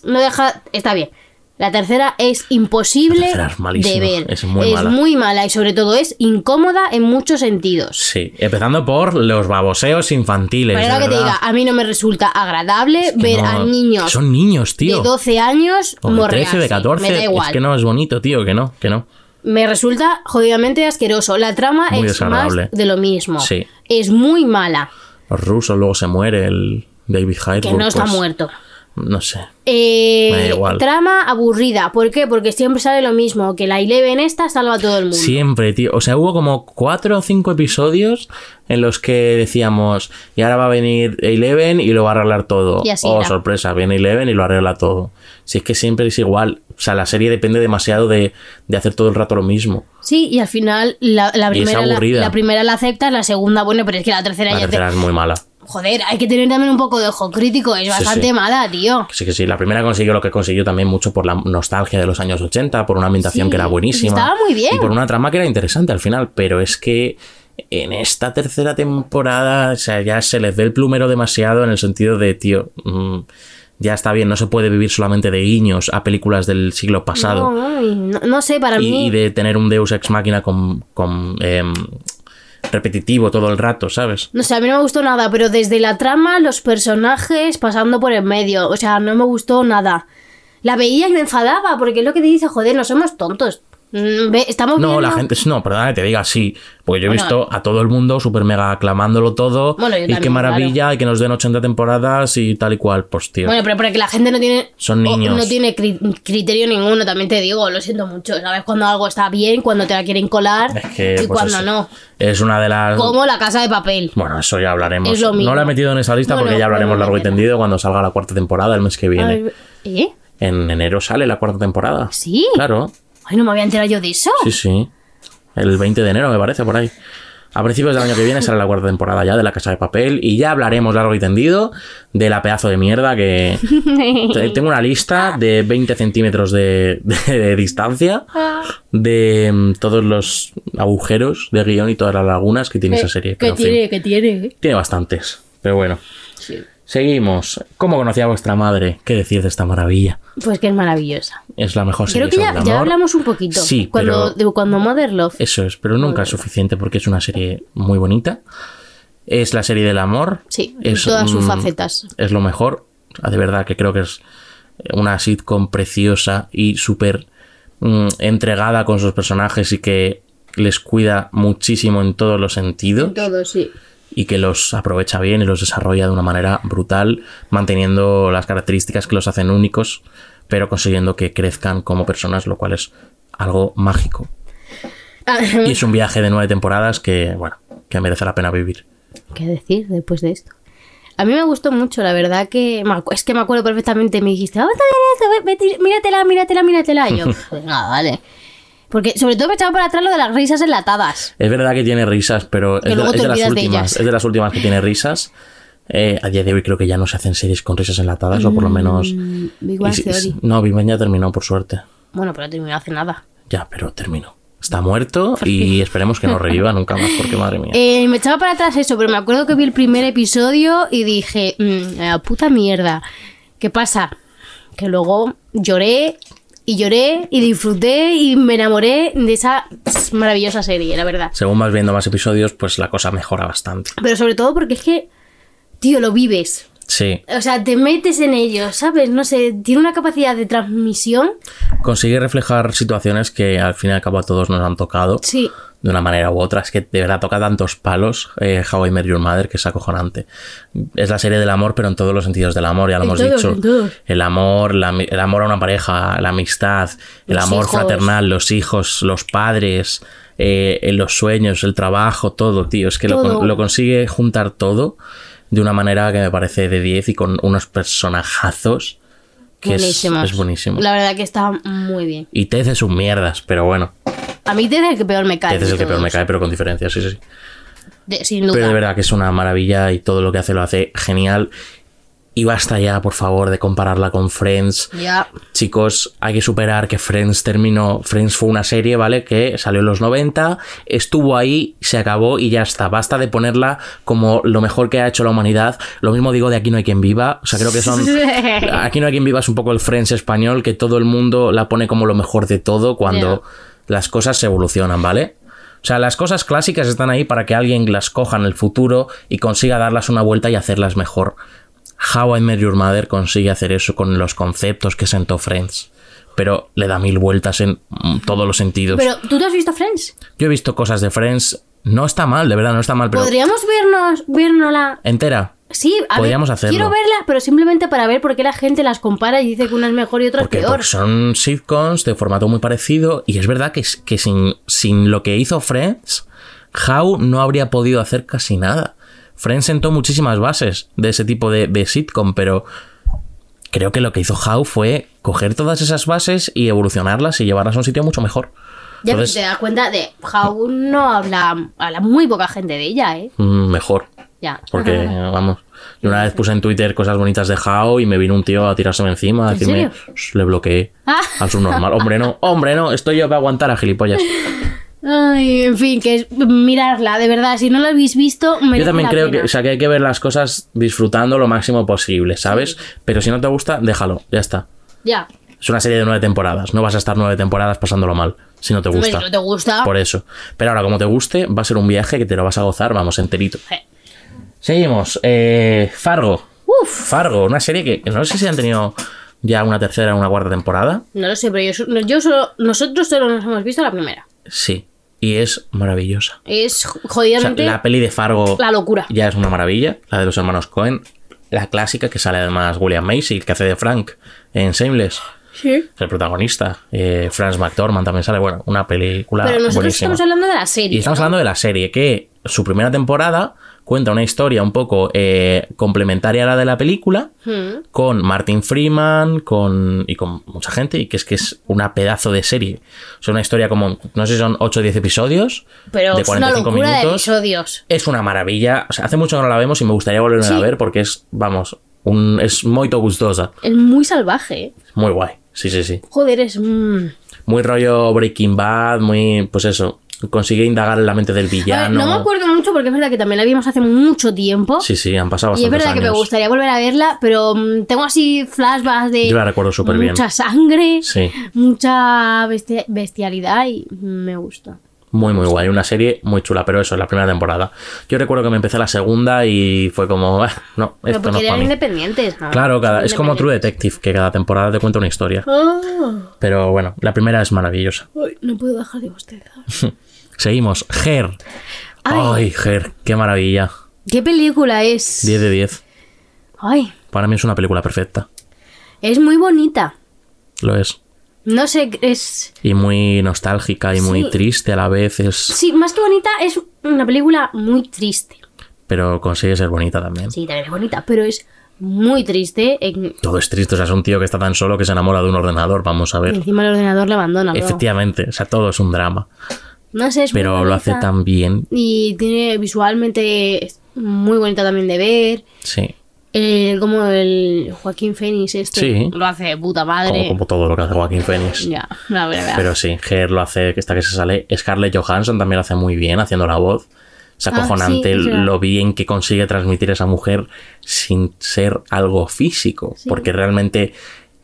Speaker 2: no deja, está bien. La tercera es imposible
Speaker 1: La tercera es malísima,
Speaker 2: de ver.
Speaker 1: es muy mala.
Speaker 2: muy mala y sobre todo es incómoda en muchos sentidos.
Speaker 1: Sí, empezando por los baboseos infantiles.
Speaker 2: Pero
Speaker 1: de
Speaker 2: ahora que te
Speaker 1: verdad.
Speaker 2: diga, a mí no me resulta agradable
Speaker 1: Que
Speaker 2: ver
Speaker 1: no-
Speaker 2: a niños
Speaker 1: Son niños,
Speaker 2: de
Speaker 1: tío.
Speaker 2: 12 años
Speaker 1: O de 13, de
Speaker 2: morrearse.
Speaker 1: 14.
Speaker 2: Me da igual.
Speaker 1: Es que no es bonito, tío, que no, que no.
Speaker 2: Me resulta jodidamente asqueroso. La trama
Speaker 1: Muy
Speaker 2: es más
Speaker 1: desagradable.
Speaker 2: de lo mismo.
Speaker 1: Sí.
Speaker 2: Es muy mala.
Speaker 1: Los rusos, luego se muere el David Hyde.
Speaker 2: Que no está muerto.
Speaker 1: No sé.
Speaker 2: Eh,
Speaker 1: Pues Me da igual.
Speaker 2: Trama aburrida. ¿Por qué? Porque siempre sale lo mismo, que la Eleven esta salva a todo el mundo.
Speaker 1: Siempre, tío. O sea, hubo como cuatro o cinco episodios en los que decíamos, y ahora va a venir Eleven y lo va a arreglar todo.
Speaker 2: Y así
Speaker 1: oh,
Speaker 2: era.
Speaker 1: sorpresa, viene Eleven y lo arregla todo. Si es que siempre es igual. O sea, la serie depende demasiado de, de hacer todo el rato lo mismo.
Speaker 2: Sí, y al final la, la
Speaker 1: Y es
Speaker 2: primera, la,
Speaker 1: aburrida.
Speaker 2: la primera la aceptas, la segunda, bueno, pero es que la tercera
Speaker 1: La
Speaker 2: ya
Speaker 1: tercera es muy mala.
Speaker 2: te... Joder, hay que tener también un poco de ojo crítico, es bastante
Speaker 1: sí.
Speaker 2: mala, tío.
Speaker 1: Sí que sí, la primera consiguió lo que consiguió también mucho por la nostalgia de los años 80, por una ambientación
Speaker 2: Sí, pues
Speaker 1: que era buenísima.
Speaker 2: estaba muy bien.
Speaker 1: Y por una trama que era interesante al final, pero es que en esta tercera temporada, o sea, ya se les ve el plumero demasiado en el sentido de, tío, mm, ya está bien, no se puede vivir solamente de guiños a películas del siglo pasado
Speaker 2: No, ay, no- no sé, para
Speaker 1: y,
Speaker 2: mí...
Speaker 1: y de tener un Deus ex máquina con, con, em, repetitivo todo el rato, ¿sabes?
Speaker 2: No sé, a mí no me gustó nada, pero desde la trama, los personajes pasando por el medio. O sea, no me gustó nada. La veía y me enfadaba, porque es lo que te dice, joder, no somos tontos. Mm, ve- Estamos
Speaker 1: No, la
Speaker 2: viendo-
Speaker 1: gente, no, perdona que te diga así, porque yo he
Speaker 2: Bueno.
Speaker 1: visto a todo el mundo super mega aclamándolo todo,
Speaker 2: Bueno, yo
Speaker 1: y qué
Speaker 2: también,
Speaker 1: maravilla, y que nos den 80 temporadas y tal y cual, pues tío.
Speaker 2: Bueno, pero porque la gente no tiene.
Speaker 1: Son
Speaker 2: o-
Speaker 1: niños.
Speaker 2: No tiene cri- criterio ninguno, también te digo, lo siento mucho. Sabes cuando algo está bien, cuando te la quieren colar
Speaker 1: es que,
Speaker 2: y
Speaker 1: pues,
Speaker 2: cuando
Speaker 1: eso.
Speaker 2: no.
Speaker 1: Es una de las...
Speaker 2: Como la casa de papel.
Speaker 1: Bueno, eso ya hablaremos.
Speaker 2: Es lo mismo.
Speaker 1: No la he metido en esa lista
Speaker 2: No,
Speaker 1: porque
Speaker 2: no,
Speaker 1: ya hablaremos
Speaker 2: no, no,
Speaker 1: largo y
Speaker 2: no.
Speaker 1: tendido cuando salga la cuarta temporada el mes que viene.
Speaker 2: Ay, ¿Eh?
Speaker 1: En enero sale la cuarta temporada.
Speaker 2: ¿Sí?
Speaker 1: Claro,
Speaker 2: Ay, no me había enterado yo de eso.
Speaker 1: sí, sí. El 20 de enero me parece, por ahí. A principios del año que viene sale la cuarta temporada ya de La Casa de Papel y ya hablaremos largo y tendido de la pedazo de mierda
Speaker 2: [laughs]
Speaker 1: que... Te- Tengo una lista de 20 centímetros de, de- de distancia
Speaker 2: Ah.
Speaker 1: de mm, todos los agujeros de guión y todas las lagunas que tiene esa serie.
Speaker 2: Que
Speaker 1: Pero, en fin,
Speaker 2: tiene, que tiene.
Speaker 1: tiene bastantes, pero bueno.
Speaker 2: Sí.
Speaker 1: Seguimos. ¿Cómo conocía a vuestra madre? ¿Qué decir de esta maravilla?
Speaker 2: Pues que es maravillosa.
Speaker 1: Es la mejor serie
Speaker 2: Creo que ya,
Speaker 1: sobre el
Speaker 2: ya
Speaker 1: amor.
Speaker 2: hablamos un poquito.
Speaker 1: Sí,
Speaker 2: cuando,
Speaker 1: pero-
Speaker 2: de- cuando Mother Love.
Speaker 1: Eso es, pero nunca es suficiente porque es una serie muy bonita. Es la serie del amor.
Speaker 2: Sí, en
Speaker 1: es,
Speaker 2: todas sus
Speaker 1: mm,
Speaker 2: facetas.
Speaker 1: Es lo mejor. Ah, De verdad que creo que es eh, una sitcom preciosa y súper mm, entregada con sus personajes y que les cuida muchísimo en todos los sentidos
Speaker 2: Todo, sí.
Speaker 1: y que los aprovecha bien y los desarrolla de una manera brutal, manteniendo las características que los hacen únicos, pero consiguiendo que crezcan como personas, lo cual es algo mágico.
Speaker 2: Ah,
Speaker 1: Y es un viaje de nueve temporadas que, bueno, que merece la pena vivir.
Speaker 2: [laughs] ¿Qué decir después de esto? A mí me gustó mucho, la verdad que me acu- es que me acuerdo perfectamente. Me dijiste, vamos a ver esto, ve- vete- míratela, míratela, míratela.
Speaker 1: [laughs]
Speaker 2: Y yo, venga, vale. Porque sobre todo me echaba para atrás lo de las risas enlatadas.
Speaker 1: Es verdad que tiene risas, pero
Speaker 2: Que
Speaker 1: es de,
Speaker 2: luego
Speaker 1: es
Speaker 2: te
Speaker 1: de las
Speaker 2: olvidas de
Speaker 1: últimas.
Speaker 2: ellas.
Speaker 1: es de las últimas que tiene risas. Eh, a día de hoy creo que ya no se hacen series con risas enlatadas, o por lo menos.
Speaker 2: Mm, Big Bang
Speaker 1: y si-
Speaker 2: Theory.
Speaker 1: no, Big Bang ya terminó, por suerte.
Speaker 2: Bueno, pero terminó hace nada.
Speaker 1: Ya, pero terminó. Está
Speaker 2: [laughs]
Speaker 1: muerto y esperemos que no reviva nunca más, porque madre mía.
Speaker 2: Eh, me echaba para atrás eso, pero me acuerdo que vi el primer episodio y dije, "Mm, la puta mierda. ¿Qué pasa? Que luego lloré y lloré y disfruté y me enamoré de esa maravillosa serie, la verdad.
Speaker 1: según vas viendo más episodios, pues la cosa mejora bastante.
Speaker 2: Pero sobre todo porque es que, tío, lo vives.
Speaker 1: Sí.
Speaker 2: O sea, te metes en ello, ¿sabes? No sé, tiene una capacidad de transmisión.
Speaker 1: Consigue reflejar situaciones que al fin y al cabo a todos nos han tocado
Speaker 2: Sí.
Speaker 1: de una manera u otra. Es que de verdad toca tantos palos eh, How I Met Your Mother que es acojonante. Es la serie del amor, pero en todos los sentidos del amor, ya lo
Speaker 2: En
Speaker 1: hemos
Speaker 2: todos,
Speaker 1: dicho.
Speaker 2: en todos.
Speaker 1: El amor, la ami- el amor a una pareja, la amistad, el
Speaker 2: Los
Speaker 1: amor
Speaker 2: hijos.
Speaker 1: fraternal, los hijos, los padres, eh, eh, los sueños, el trabajo, todo, tío. Es que lo,
Speaker 2: Todo.
Speaker 1: con- lo consigue juntar todo de una manera que me parece de 10 y con unos personajazos que es-
Speaker 2: buenísimo.
Speaker 1: es, buenísimo.
Speaker 2: La verdad que está muy bien.
Speaker 1: Y Ted es un mierdas, pero bueno.
Speaker 2: A mí Ted es el que peor me cae.
Speaker 1: Ted es
Speaker 2: de
Speaker 1: el que peor me
Speaker 2: todos.
Speaker 1: cae, pero con diferencia, sí, sí. sí.
Speaker 2: De- sin duda.
Speaker 1: Pero de verdad que es una maravilla y todo lo que hace lo hace genial. Y basta ya, por favor, de compararla con Friends.
Speaker 2: Ya.
Speaker 1: Chicos, hay que superar que Friends terminó. Friends fue una serie, ¿vale? Que salió en los 90, estuvo ahí, se acabó y ya está. Basta de ponerla como lo mejor que ha hecho la humanidad. Lo mismo digo de Aquí no hay quien viva. O sea, creo que son. Aquí no hay quien viva es un poco el Friends español, que todo el mundo la pone como lo mejor de todo cuando las cosas se evolucionan, ¿vale? O sea, las cosas clásicas están ahí para que alguien las coja en el futuro y consiga darlas una vuelta y hacerlas mejor. How I Met Your Mother consigue hacer eso con los conceptos que sentó Friends. Pero le da mil vueltas en mm, todos los sentidos.
Speaker 2: Pero, ¿tú te has visto Friends?
Speaker 1: Yo he visto cosas de Friends. No está mal, de verdad, no está mal, pero
Speaker 2: ¿Podríamos vernos, vernosla
Speaker 1: entera.
Speaker 2: Sí, a ver,
Speaker 1: Podríamos hacerlo.
Speaker 2: quiero verlas, pero simplemente para ver por qué la gente las compara y dice que una es mejor y otra
Speaker 1: Porque, pues,
Speaker 2: es peor.
Speaker 1: porque son sitcoms de formato muy parecido y es verdad que, es- que sin, sin lo que hizo Friends, How no habría podido hacer casi nada. Friends sentó muchísimas bases de ese tipo de, de sitcom, pero creo que lo que hizo How fue coger todas esas bases y evolucionarlas y llevarlas a un sitio mucho mejor.
Speaker 2: Ya pero
Speaker 1: Entonces,
Speaker 2: te das cuenta de How no habla, habla muy poca gente de ella, ¿eh?
Speaker 1: mm, mejor.
Speaker 2: Ya.
Speaker 1: Porque, vamos, yo una vez puse en Twitter cosas bonitas de How y me vino un tío a tirárseme encima, a
Speaker 2: ¿En
Speaker 1: decirme, "Shh, le bloqueé
Speaker 2: Ah.
Speaker 1: al subnormal. Hombre, no, hombre, no, estoy yo para aguantar a gilipollas.
Speaker 2: Ay, en fin, que es mirarla, de verdad, si no la habéis visto, merece
Speaker 1: Yo también
Speaker 2: la
Speaker 1: creo
Speaker 2: pena.
Speaker 1: que, o sea, que hay que ver las cosas disfrutando lo máximo posible, ¿sabes? Pero si no te gusta, déjalo, ya está.
Speaker 2: Ya.
Speaker 1: Es una serie de nueve temporadas, no vas a estar nueve temporadas pasándolo mal, si no te
Speaker 2: Hombre,
Speaker 1: gusta.
Speaker 2: si no te gusta.
Speaker 1: Por eso. Pero ahora, como te guste, va a ser un viaje que te lo vas a gozar, vamos, enterito.
Speaker 2: Je.
Speaker 1: Seguimos. eh, Fargo.
Speaker 2: Uf,
Speaker 1: Fargo, una serie que que no sé si han tenido ya una tercera o una cuarta temporada.
Speaker 2: no lo sé, pero yo, so- no- yo solo, nosotros solo nos hemos visto la primera.
Speaker 1: Sí. Y es maravillosa.
Speaker 2: Es
Speaker 1: O sea,
Speaker 2: jodidamente
Speaker 1: la peli de Fargo.
Speaker 2: la locura.
Speaker 1: ya es una maravilla, la de los hermanos Cohen, la clásica que sale además William Macy, que hace de Frank en Shameless,
Speaker 2: Sí.
Speaker 1: el protagonista, eh, Franz McDormand también sale, bueno, una película
Speaker 2: Pero nosotros
Speaker 1: buenísima.
Speaker 2: estamos hablando de la
Speaker 1: Y
Speaker 2: serie.
Speaker 1: estamos hablando de la serie, que su primera temporada cuenta una historia un poco eh, complementaria a la de la película,
Speaker 2: Hmm.
Speaker 1: con Martin Freeman con, y con mucha gente, y que es que es una pedazo de serie. O sea, una historia como, no sé si son 8 o 10 episodios,
Speaker 2: Pero
Speaker 1: de
Speaker 2: es una
Speaker 1: 45
Speaker 2: locura de
Speaker 1: minutos.
Speaker 2: episodios.
Speaker 1: Es una maravilla. O sea, hace mucho que no la vemos y me gustaría volver
Speaker 2: Sí.
Speaker 1: a ver porque es, vamos, un, es muy gustosa.
Speaker 2: Es muy salvaje. ¿eh?
Speaker 1: Muy guay. Sí, sí, sí.
Speaker 2: Joder, es. mm.
Speaker 1: Muy rollo Breaking Bad, muy. Pues eso. Consigue indagar en la mente del
Speaker 2: A ver,
Speaker 1: villano.
Speaker 2: no me acuerdo mucho porque es verdad que también la vimos hace mucho tiempo.
Speaker 1: Sí, sí, han pasado
Speaker 2: y es
Speaker 1: bastantes
Speaker 2: verdad que me
Speaker 1: años.
Speaker 2: gustaría volver a verla, pero mm, tengo así flashbacks de.
Speaker 1: Yo la recuerdo súper bien.
Speaker 2: Mucha sangre,
Speaker 1: Sí.
Speaker 2: mucha bestia- bestialidad y me gusta.
Speaker 1: Muy, muy guay. Una serie muy chula, pero eso, es la primera temporada. Yo recuerdo que me empecé la segunda y fue como. "Ah, no,
Speaker 2: Pero
Speaker 1: esto no
Speaker 2: porque
Speaker 1: es para
Speaker 2: eran
Speaker 1: mí.
Speaker 2: independientes, ¿no?
Speaker 1: Claro, cada,
Speaker 2: Son
Speaker 1: es como True Detective, que cada temporada te cuenta una historia.
Speaker 2: independientes.
Speaker 1: Pero bueno, la primera es maravillosa.
Speaker 2: Ah, ay, no puedo dejar de bostezar.
Speaker 1: Seguimos. Ger.
Speaker 2: Ay.
Speaker 1: Ay, Ger, qué maravilla.
Speaker 2: ¿Qué película es?
Speaker 1: 10 de 10.
Speaker 2: Ay,
Speaker 1: Para mí es una película perfecta.
Speaker 2: es muy bonita.
Speaker 1: Lo es.
Speaker 2: No sé, es.
Speaker 1: Y muy nostálgica y muy
Speaker 2: Sí.
Speaker 1: triste a la vez. Es...
Speaker 2: Sí, más que bonita, es una película muy triste.
Speaker 1: Pero consigue ser bonita también.
Speaker 2: Sí, también es bonita, pero es muy triste. en-
Speaker 1: Todo es triste. O sea, es un tío que está tan solo que se enamora de un ordenador. Vamos a ver.
Speaker 2: Encima el ordenador la abandona. luego.
Speaker 1: Efectivamente. O sea, todo es un drama.
Speaker 2: No sé, es muy
Speaker 1: Pero lo hace
Speaker 2: bonita.
Speaker 1: tan bien.
Speaker 2: Y tiene visualmente es muy bonita también de ver.
Speaker 1: Sí.
Speaker 2: El- como el Joaquín Fénix este
Speaker 1: Sí.
Speaker 2: lo hace de puta
Speaker 1: Como,
Speaker 2: madre.
Speaker 1: como todo lo que hace Joaquín Phoenix.
Speaker 2: Ya, la verdad.
Speaker 1: Pero sí, Ger lo hace, que está que se sale. Scarlett Johansson también lo hace muy bien haciendo la voz. Es
Speaker 2: Ah,
Speaker 1: acojonante
Speaker 2: sí, es verdad.
Speaker 1: lo bien que consigue transmitir esa mujer sin ser algo físico.
Speaker 2: Sí.
Speaker 1: Porque realmente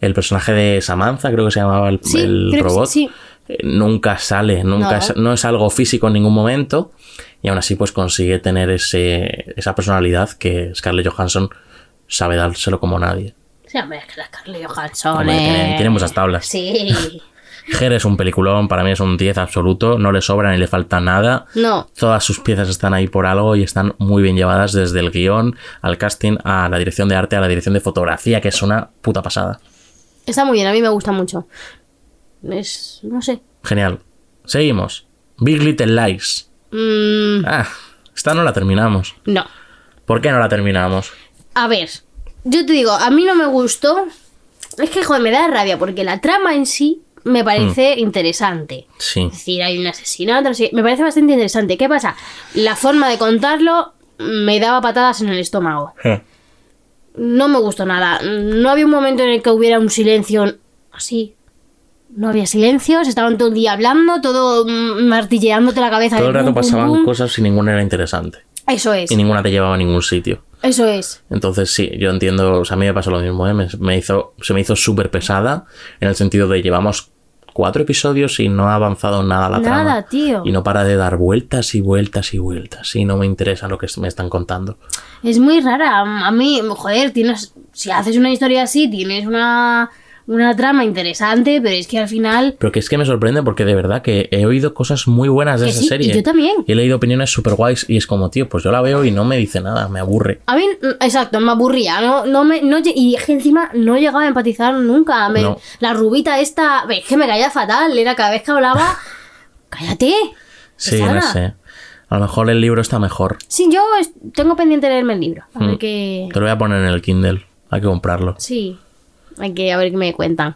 Speaker 1: el personaje de Samantha, creo que se llamaba el,
Speaker 2: Sí,
Speaker 1: el
Speaker 2: creo que
Speaker 1: robot,
Speaker 2: sí,
Speaker 1: eh, nunca sale, nunca
Speaker 2: No.
Speaker 1: Es, no es algo físico en ningún momento. Y aún así, pues consigue tener ese, esa personalidad que Scarlett Johansson sabe dárselo como nadie.
Speaker 2: Sí, hombre, es que la Scarlett Johansson.
Speaker 1: Hombre, tiene-
Speaker 2: eh.
Speaker 1: tiene muchas tablas.
Speaker 2: Sí.
Speaker 1: Ger es un peliculón, para mí es un 10 absoluto, no le sobra ni le falta nada.
Speaker 2: No.
Speaker 1: Todas sus piezas están ahí por algo y están muy bien llevadas desde el guión al casting, a la dirección de arte, a la dirección de fotografía, que es una puta pasada.
Speaker 2: Está muy bien, a mí me gusta mucho. Es. No sé.
Speaker 1: Genial. Seguimos. Big Little Lies.
Speaker 2: Mm,
Speaker 1: Ah, esta no la terminamos.
Speaker 2: no.
Speaker 1: ¿Por qué no la terminamos?
Speaker 2: A ver. Yo te digo, a mí no me gustó. Es que, joder, me da rabia porque la trama en sí me
Speaker 1: Hmm.
Speaker 2: parece interesante.
Speaker 1: Sí.
Speaker 2: Es decir, hay un asesinato. no sé qué. Me parece bastante interesante. ¿Qué pasa? La forma de contarlo me daba patadas en el estómago. no me gustó nada. No había un momento en el que hubiera un silencio así. No había silencio, se estaban todo el día hablando, todo mm, martilleándote la cabeza.
Speaker 1: Todo
Speaker 2: de
Speaker 1: el rato
Speaker 2: pum, pum,
Speaker 1: pasaban
Speaker 2: pum.
Speaker 1: cosas y ninguna era interesante.
Speaker 2: Eso es,
Speaker 1: Y ninguna te llevaba a ningún sitio.
Speaker 2: eso es.
Speaker 1: Entonces sí, yo entiendo, o sea, a mí me pasó lo mismo, ¿eh? me, me hizo, se me hizo súper pesada en el sentido de llevamos cuatro episodios y no ha avanzado nada la
Speaker 2: Nada,
Speaker 1: trama.
Speaker 2: tío.
Speaker 1: Y no para de dar vueltas y vueltas y vueltas y no me interesa lo que me están contando.
Speaker 2: Es muy rara. A mí, joder, tienes. Si haces una historia así, tienes una. una trama interesante, pero es que al final.
Speaker 1: Pero que es que me sorprende porque de verdad que he oído cosas muy buenas de
Speaker 2: Que
Speaker 1: esa
Speaker 2: sí,
Speaker 1: serie.
Speaker 2: y yo también.
Speaker 1: Y he leído opiniones super guays y es como, tío, pues yo la veo y no me dice nada, me aburre.
Speaker 2: A mí, mm, exacto, me aburría. No, no me, no, lle- y es que encima no llegaba a empatizar nunca. me-
Speaker 1: No.
Speaker 2: La rubita esta, es que me caía fatal. Era cada vez
Speaker 1: [laughs]
Speaker 2: que hablaba, cállate.
Speaker 1: Sí,
Speaker 2: pesada.
Speaker 1: no sé. A lo mejor el libro está mejor.
Speaker 2: Sí, yo es- tengo pendiente de leerme el libro. A ver
Speaker 1: Mm.
Speaker 2: qué.
Speaker 1: Te lo voy a poner en el Kindle. Hay que comprarlo.
Speaker 2: Sí, hay que a ver qué me cuentan.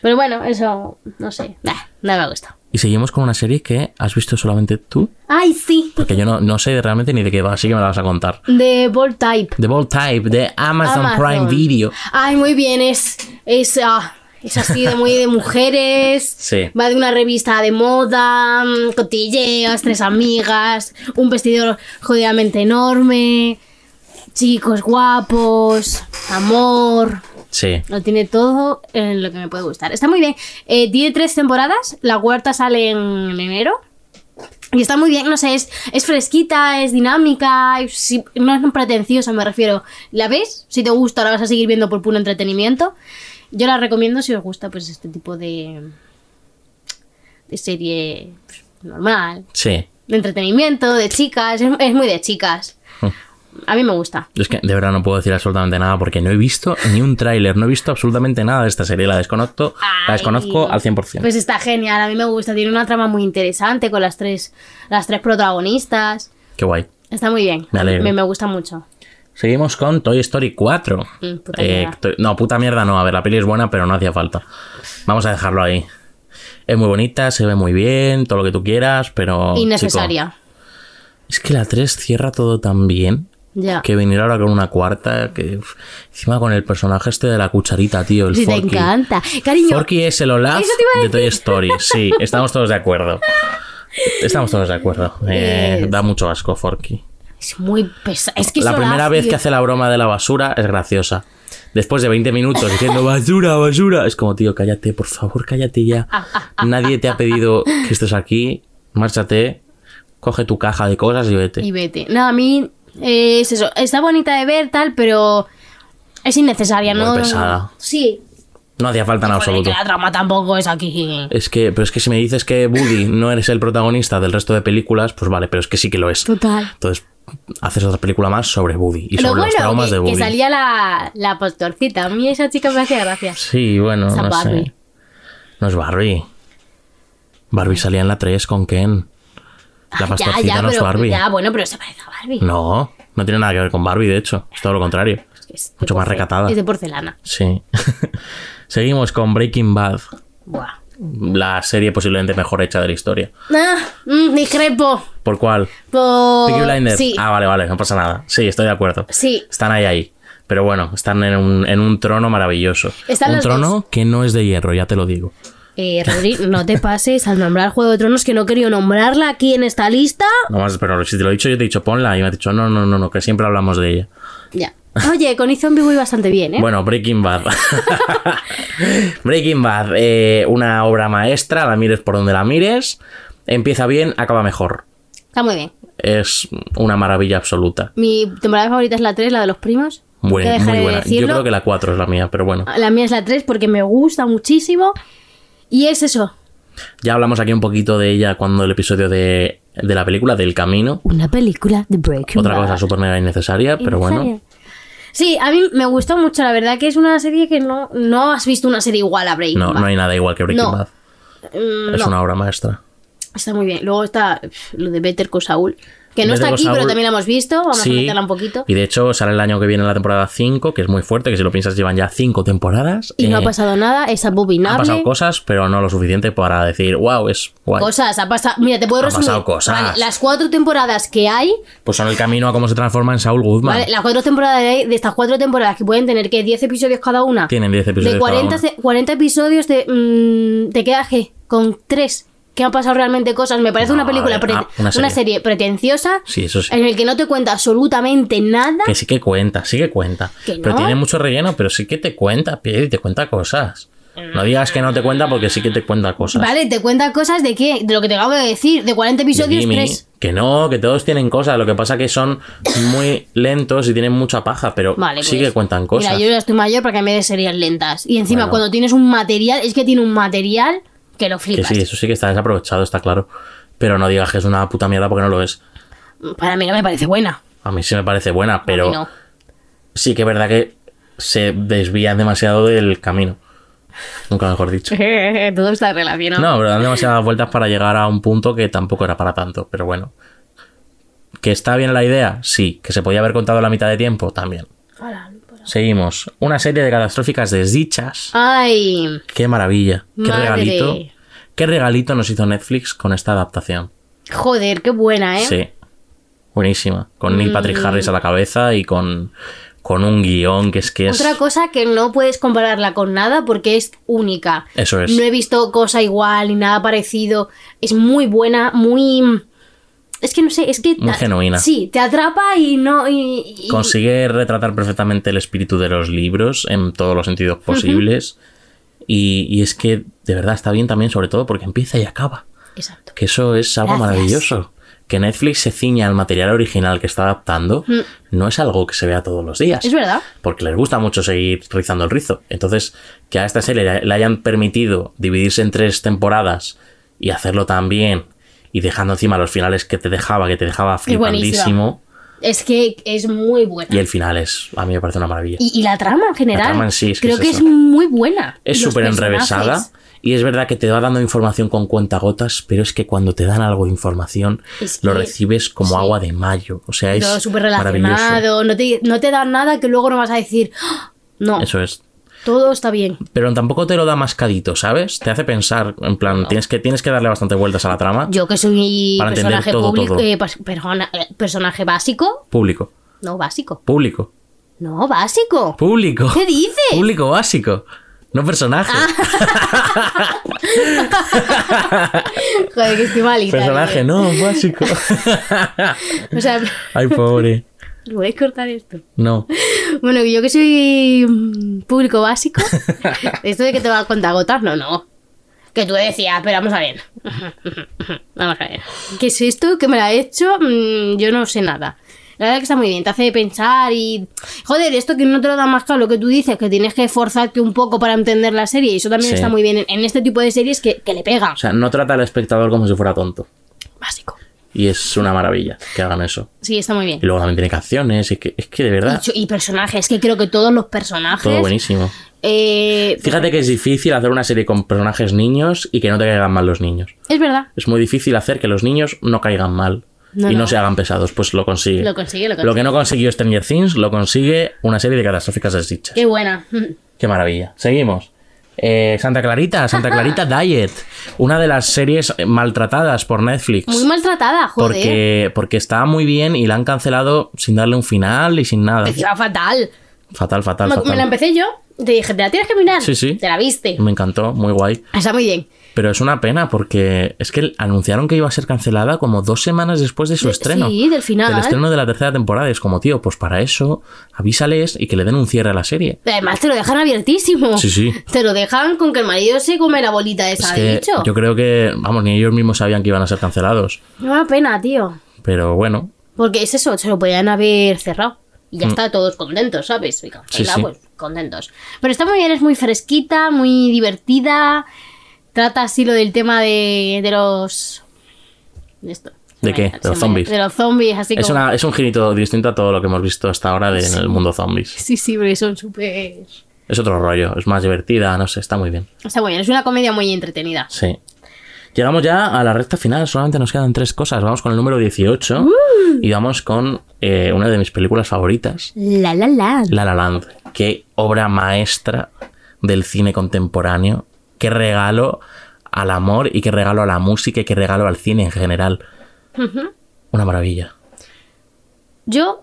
Speaker 2: Pero bueno, eso, no sé. Bah, no me gusta.
Speaker 1: Y seguimos con una serie que has visto solamente tú.
Speaker 2: ¡Ay, sí!
Speaker 1: Porque yo no, no sé realmente ni de qué va, así que me la vas a contar.
Speaker 2: De Ball Type.
Speaker 1: The Bold Type de Amazon, Prime
Speaker 2: Amazon.
Speaker 1: Video.
Speaker 2: Ay, muy bien, es. Es, ah, es así de muy de mujeres.
Speaker 1: Sí.
Speaker 2: Va de una revista de moda, mm, cotilleos, tres amigas, un vestido jodidamente enorme, chicos guapos, amor.
Speaker 1: Sí.
Speaker 2: Lo tiene todo en lo que me puede gustar. Está muy bien. Eh, tiene tres temporadas. La cuarta sale en enero. Y está muy bien, no sé, es, es fresquita, es dinámica, es- sí, no es pretenciosa, me refiero. ¿La ves? Si te gusta, la vas a seguir viendo por puro entretenimiento. Yo la recomiendo si os gusta pues este tipo de, de serie pues, normal,
Speaker 1: Sí.
Speaker 2: de entretenimiento, de chicas, es, es muy de chicas. A mí me gusta.
Speaker 1: Yo es que de verdad no puedo decir absolutamente nada porque no he visto ni un tráiler, no he visto absolutamente nada de esta serie. La desconozco, la
Speaker 2: Ay,
Speaker 1: desconozco al 100%.
Speaker 2: Pues está genial, a mí me gusta. Tiene una trama muy interesante con las tres, las tres protagonistas.
Speaker 1: Qué guay.
Speaker 2: Está muy bien.
Speaker 1: Me alegro.
Speaker 2: Me, me gusta mucho.
Speaker 1: Seguimos con Toy Story 4.
Speaker 2: Mm,
Speaker 1: Eh,
Speaker 2: puta mierda.
Speaker 1: to- no, puta mierda no. A ver, la peli es buena, pero no hacía falta. Vamos a dejarlo ahí. Es muy bonita, se ve muy bien, todo lo que tú quieras, pero. chico,
Speaker 2: Innecesaria.
Speaker 1: es que la 3 cierra todo tan bien.
Speaker 2: Ya.
Speaker 1: Que venir ahora con una cuarta, que uf, encima con el personaje este de la cucharita, tío, el
Speaker 2: Si te
Speaker 1: Forky.
Speaker 2: encanta. Cariño,
Speaker 1: Forky es el Olaf
Speaker 2: Eso te iba a
Speaker 1: de Toy Story. Sí, estamos todos de acuerdo. Estamos todos de
Speaker 2: [laughs]
Speaker 1: acuerdo. Eh,
Speaker 2: Es-
Speaker 1: Da mucho asco Forky.
Speaker 2: es muy pesado. Es que
Speaker 1: La
Speaker 2: es
Speaker 1: primera
Speaker 2: Olaf,
Speaker 1: vez
Speaker 2: tío.
Speaker 1: que hace la broma de la basura es graciosa. Después de 20 minutos diciendo basura, basura, es como, tío, cállate, por favor, cállate ya.
Speaker 2: Ah,
Speaker 1: Nadie te ha pedido que estés aquí. Márchate, coge tu caja de cosas y vete.
Speaker 2: Y vete. No, a mí eh, es eso. Está bonita de ver, tal, pero es innecesaria,
Speaker 1: Muy
Speaker 2: ¿no?
Speaker 1: pesada.
Speaker 2: Sí.
Speaker 1: No hacía falta en
Speaker 2: Joder,
Speaker 1: absoluto.
Speaker 2: que la trama tampoco es aquí.
Speaker 1: Es que, pero es que si me dices que Woody no eres el protagonista del resto de películas, pues vale, pero es que sí que lo es.
Speaker 2: Total.
Speaker 1: Entonces, haces otra película más sobre Woody y
Speaker 2: Lo
Speaker 1: sobre los
Speaker 2: bueno,
Speaker 1: traumas
Speaker 2: que,
Speaker 1: de
Speaker 2: que
Speaker 1: Woody.
Speaker 2: salía la, la pastorcita. A mí esa chica me hacía gracia.
Speaker 1: Sí, bueno,
Speaker 2: Esa
Speaker 1: no sé.
Speaker 2: Barbie.
Speaker 1: No es Barbie. Barbie salía en la 3 con Ken. La
Speaker 2: Ah,
Speaker 1: pastorcita
Speaker 2: ya, ya,
Speaker 1: no es
Speaker 2: pero,
Speaker 1: Barbie. Mm,
Speaker 2: Ya, bueno, pero se parece a Barbie.
Speaker 1: No, no tiene nada que ver con Barbie, de hecho. Es todo lo contrario.
Speaker 2: Es de
Speaker 1: Mucho más
Speaker 2: porce-
Speaker 1: recatada.
Speaker 2: Es de porcelana.
Speaker 1: Sí. [laughs] Seguimos con Breaking Bad,
Speaker 2: Buah.
Speaker 1: la serie posiblemente mejor hecha de la historia.
Speaker 2: Ah, mm, discrepo.
Speaker 1: ¿Por cuál?
Speaker 2: Por...
Speaker 1: Peaky Blinders.
Speaker 2: Oh, Sí,
Speaker 1: Ah, vale, vale, no pasa nada. Sí, estoy de acuerdo.
Speaker 2: sí.
Speaker 1: Están ahí, ahí. Pero bueno, están en un, en un trono maravilloso.
Speaker 2: Están
Speaker 1: un
Speaker 2: los
Speaker 1: trono
Speaker 2: dos.
Speaker 1: que no es de hierro, ya te lo digo.
Speaker 2: Eh, Rodri, no te pases al nombrar Juego de Tronos que no quería nombrarla aquí en esta lista.
Speaker 1: Nomás, pero si te lo he dicho, yo te he dicho ponla. Y me has dicho, no, no, no, no, que siempre hablamos de ella.
Speaker 2: Ya. Oye, con Zombie voy bastante bien, ¿eh?
Speaker 1: Bueno, Breaking
Speaker 2: [laughs]
Speaker 1: Bad. Breaking Bad, eh, una obra maestra, la mires por donde la mires. Empieza bien, acaba mejor.
Speaker 2: Está muy bien.
Speaker 1: Es una maravilla absoluta.
Speaker 2: Mi temporada favorita es la 3, la de los primos.
Speaker 1: Buena-
Speaker 2: Nunca dejaré
Speaker 1: muy
Speaker 2: de
Speaker 1: buena. Yo
Speaker 2: decirlo.
Speaker 1: creo que la 4 es la mía, pero bueno.
Speaker 2: La mía es la 3 porque me gusta muchísimo. Y es eso.
Speaker 1: Ya hablamos aquí un poquito de ella cuando el episodio de, de la película, del camino.
Speaker 2: Una película de Breaking
Speaker 1: Otra
Speaker 2: Bad.
Speaker 1: cosa súper mega innecesaria, pero bueno.
Speaker 2: Sí, a mí me gustó mucho, la verdad que es una serie que no, no has visto una serie igual a Breaking
Speaker 1: No,
Speaker 2: Bad.
Speaker 1: no hay nada igual que Breaking
Speaker 2: No.
Speaker 1: Bad.
Speaker 2: Mm,
Speaker 1: Es
Speaker 2: no,
Speaker 1: una obra maestra.
Speaker 2: está muy bien. Luego está pf, lo de Better Call Saul, que
Speaker 1: Better
Speaker 2: no está
Speaker 1: Call
Speaker 2: aquí,
Speaker 1: Saul-
Speaker 2: pero también la hemos visto, vamos
Speaker 1: Sí.
Speaker 2: a meterla un poquito.
Speaker 1: Y de hecho sale el año que viene la temporada 5, que es muy fuerte, que si lo piensas llevan ya 5 temporadas.
Speaker 2: Y no
Speaker 1: Eh,
Speaker 2: ha pasado nada, es abominable.
Speaker 1: Han pasado cosas, pero no lo suficiente para decir, wow, es guay.
Speaker 2: Cosas, ha pasado. Mira, te puedo
Speaker 1: Ha
Speaker 2: resumir.
Speaker 1: pasado cosas.
Speaker 2: Vale, las cuatro temporadas que hay,
Speaker 1: Pues son el camino a cómo se transforma en Saul Goodman.
Speaker 2: vale, las cuatro temporadas que hay, de estas cuatro temporadas que pueden tener que 10 episodios cada una.
Speaker 1: Tienen 10 episodios.
Speaker 2: de
Speaker 1: cada
Speaker 2: 40,
Speaker 1: uno.
Speaker 2: se- 40 episodios te, mm, te quedas ¿qué? con tres que han pasado realmente cosas. Me parece
Speaker 1: No,
Speaker 2: una película,
Speaker 1: a ver,
Speaker 2: pre-
Speaker 1: ah, una
Speaker 2: una,
Speaker 1: serie.
Speaker 2: serie. pretenciosa
Speaker 1: Sí, eso sí.
Speaker 2: en el que no te cuenta absolutamente nada.
Speaker 1: Que sí que cuenta, sí que cuenta.
Speaker 2: Que no.
Speaker 1: Pero tiene mucho relleno, pero sí que te cuenta, Piedri, te cuenta cosas. No digas que no te cuenta porque sí que te cuenta cosas.
Speaker 2: Vale, te cuenta cosas de qué, de lo que te acabo de decir, de 40
Speaker 1: De
Speaker 2: episodios,
Speaker 1: Jimmy,
Speaker 2: 3.
Speaker 1: que no, que todos tienen cosas. Lo que pasa que son muy lentos y tienen mucha paja, pero
Speaker 2: Vale,
Speaker 1: sí
Speaker 2: pues.
Speaker 1: que cuentan cosas.
Speaker 2: Mira, yo ya estoy mayor para que me des series lentas. Y encima,
Speaker 1: Bueno.
Speaker 2: cuando tienes un material, es que tiene un material que lo
Speaker 1: Que
Speaker 2: flipas.
Speaker 1: sí, eso sí que está desaprovechado, está claro. Pero no digas que es una puta mierda porque no lo es.
Speaker 2: Para mí no me parece buena.
Speaker 1: A mí sí me parece buena,
Speaker 2: A
Speaker 1: pero
Speaker 2: mí no. [laughs]
Speaker 1: sí que es verdad que se desvían demasiado del camino. Nunca mejor dicho.
Speaker 2: Todo está relacionado.
Speaker 1: No, pero dan demasiadas vueltas para llegar a un punto que tampoco era para tanto, pero bueno. ¿Que está bien la idea? Sí. ¿Que se podía haber contado la mitad de tiempo? También.
Speaker 2: Hola.
Speaker 1: Seguimos. Una serie de catastróficas desdichas.
Speaker 2: Ay,
Speaker 1: ¡Qué maravilla! ¡Qué
Speaker 2: Madre.
Speaker 1: regalito! ¡Qué regalito nos hizo Netflix con esta adaptación!
Speaker 2: joder, qué buena, ¿eh? Mm.
Speaker 1: Sí. Buenísima. Con Neil Patrick Harris a la cabeza y con, con un guión que es que es...
Speaker 2: Otra cosa que no puedes compararla con nada porque es única.
Speaker 1: Eso es.
Speaker 2: No he visto cosa igual ni nada parecido. Es muy buena, muy. Es que no sé, es que.
Speaker 1: Muy genuina.
Speaker 2: Sí, te atrapa y no. Y, y-
Speaker 1: Consigue retratar perfectamente el espíritu de los libros en todos los sentidos posibles. y, y es que de verdad está bien también, sobre todo porque empieza y acaba.
Speaker 2: Exacto.
Speaker 1: Que eso es algo
Speaker 2: Gracias.
Speaker 1: maravilloso. Que Netflix se ciña al material original que está adaptando no es algo que se vea todos los días.
Speaker 2: Es verdad.
Speaker 1: Porque les gusta mucho seguir rizando el rizo. Entonces, que a esta serie le- le hayan permitido dividirse en tres temporadas y hacerlo tan bien y dejando encima los finales que te dejaba, que te dejaba flipandísimo.
Speaker 2: Es que es muy buena.
Speaker 1: Y el final es, a mí me parece una maravilla.
Speaker 2: Y, y la trama en general.
Speaker 1: La trama en sí, es que
Speaker 2: creo
Speaker 1: es
Speaker 2: que
Speaker 1: eso.
Speaker 2: es muy buena.
Speaker 1: Es
Speaker 2: Los
Speaker 1: súper enrevesada.
Speaker 2: personajes.
Speaker 1: Y es verdad que te va dando información con cuentagotas, pero es que cuando te dan algo de información,
Speaker 2: Es
Speaker 1: lo
Speaker 2: que-
Speaker 1: recibes como
Speaker 2: sí.
Speaker 1: agua de mayo. O sea, es
Speaker 2: Todo súper
Speaker 1: maravilloso.
Speaker 2: relacionado. No te, no te dan nada que luego no vas a decir. "Ah", No,
Speaker 1: Eso es.
Speaker 2: todo está bien.
Speaker 1: Pero tampoco te lo da mascadito, ¿sabes? Te hace pensar, en plan, tienes, que, tienes que darle bastante vueltas a la trama.
Speaker 2: Yo que soy
Speaker 1: Para entender
Speaker 2: personaje
Speaker 1: todo,
Speaker 2: público,
Speaker 1: todo.
Speaker 2: eh, pas- persona- eh, personaje básico.
Speaker 1: Público,
Speaker 2: No, básico.
Speaker 1: público,
Speaker 2: No, básico.
Speaker 1: público.
Speaker 2: ¿Qué Ah, dices?
Speaker 1: Público básico, no personaje.
Speaker 2: Joder, que estoy malita.
Speaker 1: personaje,
Speaker 2: tío.
Speaker 1: no,
Speaker 2: [laughs]
Speaker 1: básico.
Speaker 2: O sea, [laughs]
Speaker 1: Ay, pobre.
Speaker 2: ¿podéis cortar esto?
Speaker 1: No.
Speaker 2: Bueno, yo que soy mm,
Speaker 1: [laughs]
Speaker 2: público básico, esto de que te va a contar gotas, no, no. Que tú decías, pero vamos a ver. Vamos a ver. ¿Qué es esto? ¿Qué me la he hecho? Mm, yo no sé nada. La verdad que está muy bien, te hace pensar y... Joder, esto que no te lo da más claro lo que tú dices, que tienes que forzarte un poco para entender la serie, y eso también
Speaker 1: Sí.
Speaker 2: está muy bien en, en este tipo de series que, que le pega.
Speaker 1: O sea, no trata al espectador como si fuera tonto.
Speaker 2: Básico.
Speaker 1: Y es una maravilla que hagan eso.
Speaker 2: Sí, está muy bien.
Speaker 1: Y luego también tiene canciones. Y que, es que de
Speaker 2: Y,
Speaker 1: verdad,
Speaker 2: cho- y personajes, que creo que todos los personajes...
Speaker 1: todo buenísimo.
Speaker 2: eh,
Speaker 1: Fíjate que es difícil hacer una serie con personajes niños y que no te caigan mal los niños.
Speaker 2: es verdad.
Speaker 1: Es muy difícil hacer que los niños no caigan mal
Speaker 2: No,
Speaker 1: y no,
Speaker 2: no.
Speaker 1: se hagan pesados. Pues lo consigue.
Speaker 2: Lo consigue, lo
Speaker 1: que no consiguió Stranger Things lo consigue una serie de catastróficas desdichas.
Speaker 2: Qué buena. Mm.
Speaker 1: Qué maravilla. Seguimos. Eh, Santa Clarita, Santa
Speaker 2: [laughs]
Speaker 1: Clarita Diet. Una de las series maltratadas por Netflix.
Speaker 2: Muy maltratada, joder.
Speaker 1: Pues, porque, porque estaba muy bien y la han cancelado sin darle un final y sin nada.
Speaker 2: Me iba fatal.
Speaker 1: Fatal, fatal,
Speaker 2: Me,
Speaker 1: fatal.
Speaker 2: me la empecé yo. Te dije, te la tienes que mirar.
Speaker 1: Sí, Mm. sí.
Speaker 2: Te la viste.
Speaker 1: Me encantó, muy guay.
Speaker 2: Está muy bien.
Speaker 1: Pero es una pena porque es que anunciaron que iba a ser cancelada como dos semanas después de su estreno.
Speaker 2: Sí, del final.
Speaker 1: Del estreno de la tercera temporada. Y es como, tío, pues para eso avísales y que le den un cierre a la serie.
Speaker 2: Además, te lo dejan abiertísimo.
Speaker 1: Sí, sí.
Speaker 2: Te lo dejan con que el marido Oh, se come la bolita esa,
Speaker 1: Es
Speaker 2: de
Speaker 1: que
Speaker 2: bicho.
Speaker 1: yo creo que, vamos, ni ellos mismos sabían que iban a ser cancelados.
Speaker 2: Me da pena, tío.
Speaker 1: Pero bueno,
Speaker 2: Porque es eso, se lo podían haber cerrado. Y ya está, todos contentos, ¿sabes? Y cancelada,
Speaker 1: Mm. Sí, sí.
Speaker 2: pues contentos. Pero está muy bien, es muy fresquita, muy divertida. Trata así lo del tema de, de los. de esto.
Speaker 1: ¿De
Speaker 2: Se
Speaker 1: qué?
Speaker 2: me-
Speaker 1: ¿De
Speaker 2: se
Speaker 1: los
Speaker 2: me-
Speaker 1: zombies?
Speaker 2: De los zombies, así
Speaker 1: es,
Speaker 2: como.
Speaker 1: una, es un girito distinto a todo lo que hemos visto hasta ahora de- en el mundo zombies.
Speaker 2: Sí, sí, porque son súper.
Speaker 1: Es otro rollo, es más divertida, no sé, está muy bien.
Speaker 2: Está muy bien, es una comedia muy entretenida.
Speaker 1: Sí. Llegamos ya a la recta final, solamente nos quedan tres cosas. Vamos con el número 18
Speaker 2: ¡Uh!
Speaker 1: y vamos con eh, una de mis películas favoritas,
Speaker 2: La la la.
Speaker 1: La La Land. Qué obra maestra del cine contemporáneo, qué regalo al amor y qué regalo a la música y qué regalo al cine en general. Una maravilla.
Speaker 2: Yo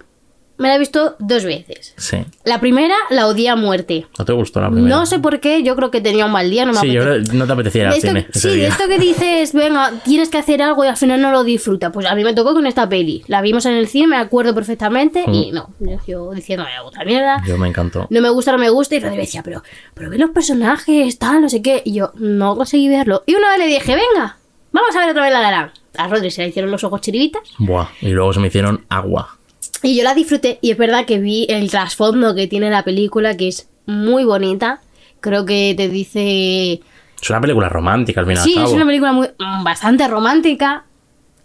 Speaker 2: me la he visto dos veces.
Speaker 1: Sí.
Speaker 2: La primera la odié a muerte.
Speaker 1: ¿No te gustó la primera?
Speaker 2: No sé por qué, yo creo que tenía un mal día, no me
Speaker 1: Sí, yo
Speaker 2: apetecía.
Speaker 1: creo que no te apetecía ir
Speaker 2: De
Speaker 1: al
Speaker 2: esto-
Speaker 1: cine ese
Speaker 2: sí, de
Speaker 1: día.
Speaker 2: esto que dices, venga, tienes que hacer algo y al final no lo disfruta. Pues a mí me tocó con esta peli. La vimos en el cine, me acuerdo perfectamente
Speaker 1: Mm.
Speaker 2: y no, yo, yo diciendo, me otra mierda.
Speaker 1: Yo me encantó.
Speaker 2: No me gusta, no me gusta. Y Rodrigo decía, pero, pero ve los personajes, tal, no sé qué. Y yo no conseguí verlo. Y una vez le dije, venga, vamos a ver otra vez la Larán. A Rodri se le hicieron los ojos chiribitas.
Speaker 1: Buah, y luego se me hicieron agua.
Speaker 2: Y yo la disfruté y es verdad que vi el trasfondo que tiene la película, que es muy bonita. Creo que te dice...
Speaker 1: Es una película romántica al final.
Speaker 2: sí,
Speaker 1: al
Speaker 2: es
Speaker 1: cabo.
Speaker 2: una película muy, mm, bastante romántica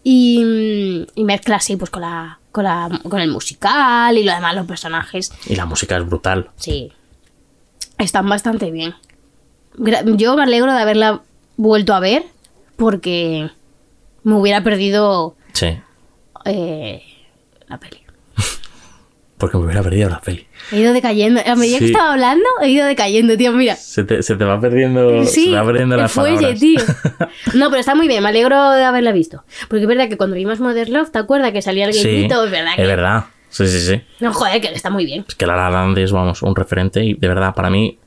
Speaker 2: y, y mezcla así pues con, la, con, la, con el musical y lo demás, los personajes.
Speaker 1: Y la música es brutal.
Speaker 2: Sí, están bastante bien. Gra- Yo me alegro de haberla vuelto a ver porque me hubiera perdido
Speaker 1: Sí.
Speaker 2: eh, la peli.
Speaker 1: Porque me hubiera perdido la peli.
Speaker 2: He ido decayendo. A medida que
Speaker 1: Sí.
Speaker 2: estaba hablando, he ido decayendo, tío. Mira.
Speaker 1: Se te, se te va perdiendo, se
Speaker 2: Sí,
Speaker 1: te va perdiendo
Speaker 2: el
Speaker 1: las
Speaker 2: fuelle,
Speaker 1: palabras. [laughs]
Speaker 2: tío. No, pero está muy bien. Me alegro de haberla visto. Porque es verdad que cuando vimos Mother Love, ¿te acuerdas que salía el
Speaker 1: sí,
Speaker 2: grito? Es verdad que.
Speaker 1: es verdad. Sí, sí, sí.
Speaker 2: No, joder, que está muy bien.
Speaker 1: Es que Lara Land es, vamos, un referente y de verdad, para mí,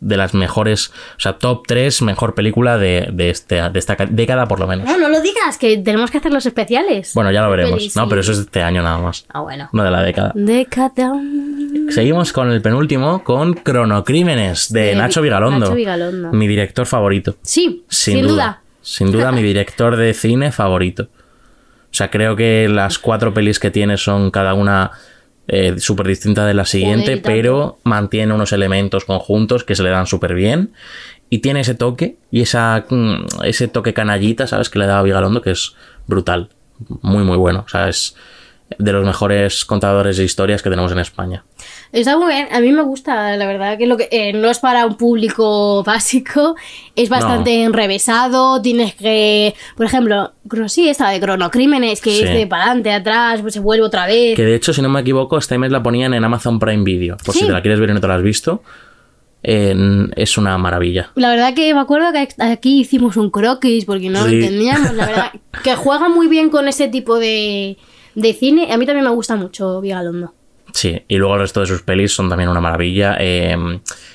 Speaker 1: de las mejores, o sea, top 3 mejor película de, de, este, de esta ca- década por lo menos.
Speaker 2: No, no lo digas, que tenemos que hacer los especiales.
Speaker 1: Bueno, ya lo veremos.
Speaker 2: Feliz,
Speaker 1: No,
Speaker 2: sí.
Speaker 1: pero eso es este año nada más.
Speaker 2: Ah, bueno.
Speaker 1: No de la década.
Speaker 2: Década.
Speaker 1: Seguimos con el penúltimo, con Cronocrímenes, de
Speaker 2: De
Speaker 1: Nacho
Speaker 2: Vi-
Speaker 1: Vigalondo.
Speaker 2: Nacho Vigalondo.
Speaker 1: Mi director favorito.
Speaker 2: Sí,
Speaker 1: Sin,
Speaker 2: sin,
Speaker 1: duda.
Speaker 2: duda.
Speaker 1: Sin duda, mi director de cine favorito. O sea, creo que las cuatro pelis que tiene son cada una eh, súper distinta de la siguiente,
Speaker 2: y tanto.
Speaker 1: pero mantiene unos elementos conjuntos que se le dan súper bien. Y tiene ese toque y esa, mm, ese toque canallita, ¿sabes? Que le da a Vigalondo, que es brutal. Muy, muy bueno. O sea, es de los mejores contadores de historias que tenemos en España.
Speaker 2: Está muy bien. A mí me gusta, la verdad, que, lo que eh, no es para un público [laughs] básico. Es bastante enrevesado. Tienes que. Por ejemplo, cro- sí, esta de cronocrímenes, que
Speaker 1: Sí.
Speaker 2: es de para adelante, atrás, pues se vuelve otra vez.
Speaker 1: Que de hecho, si no me equivoco, esta mes la ponían en Amazon Prime Video. Por si
Speaker 2: Sí.
Speaker 1: te la quieres ver y no te la has visto, en- es una maravilla.
Speaker 2: La verdad que me acuerdo que aquí hicimos un croquis porque no lo
Speaker 1: Sí.
Speaker 2: entendíamos, la
Speaker 1: [laughs]
Speaker 2: verdad. Que juega muy bien con ese tipo de, de cine. A mí también me gusta mucho Vigalondo.
Speaker 1: Sí, y luego el resto de sus pelis son también una maravilla. Eh,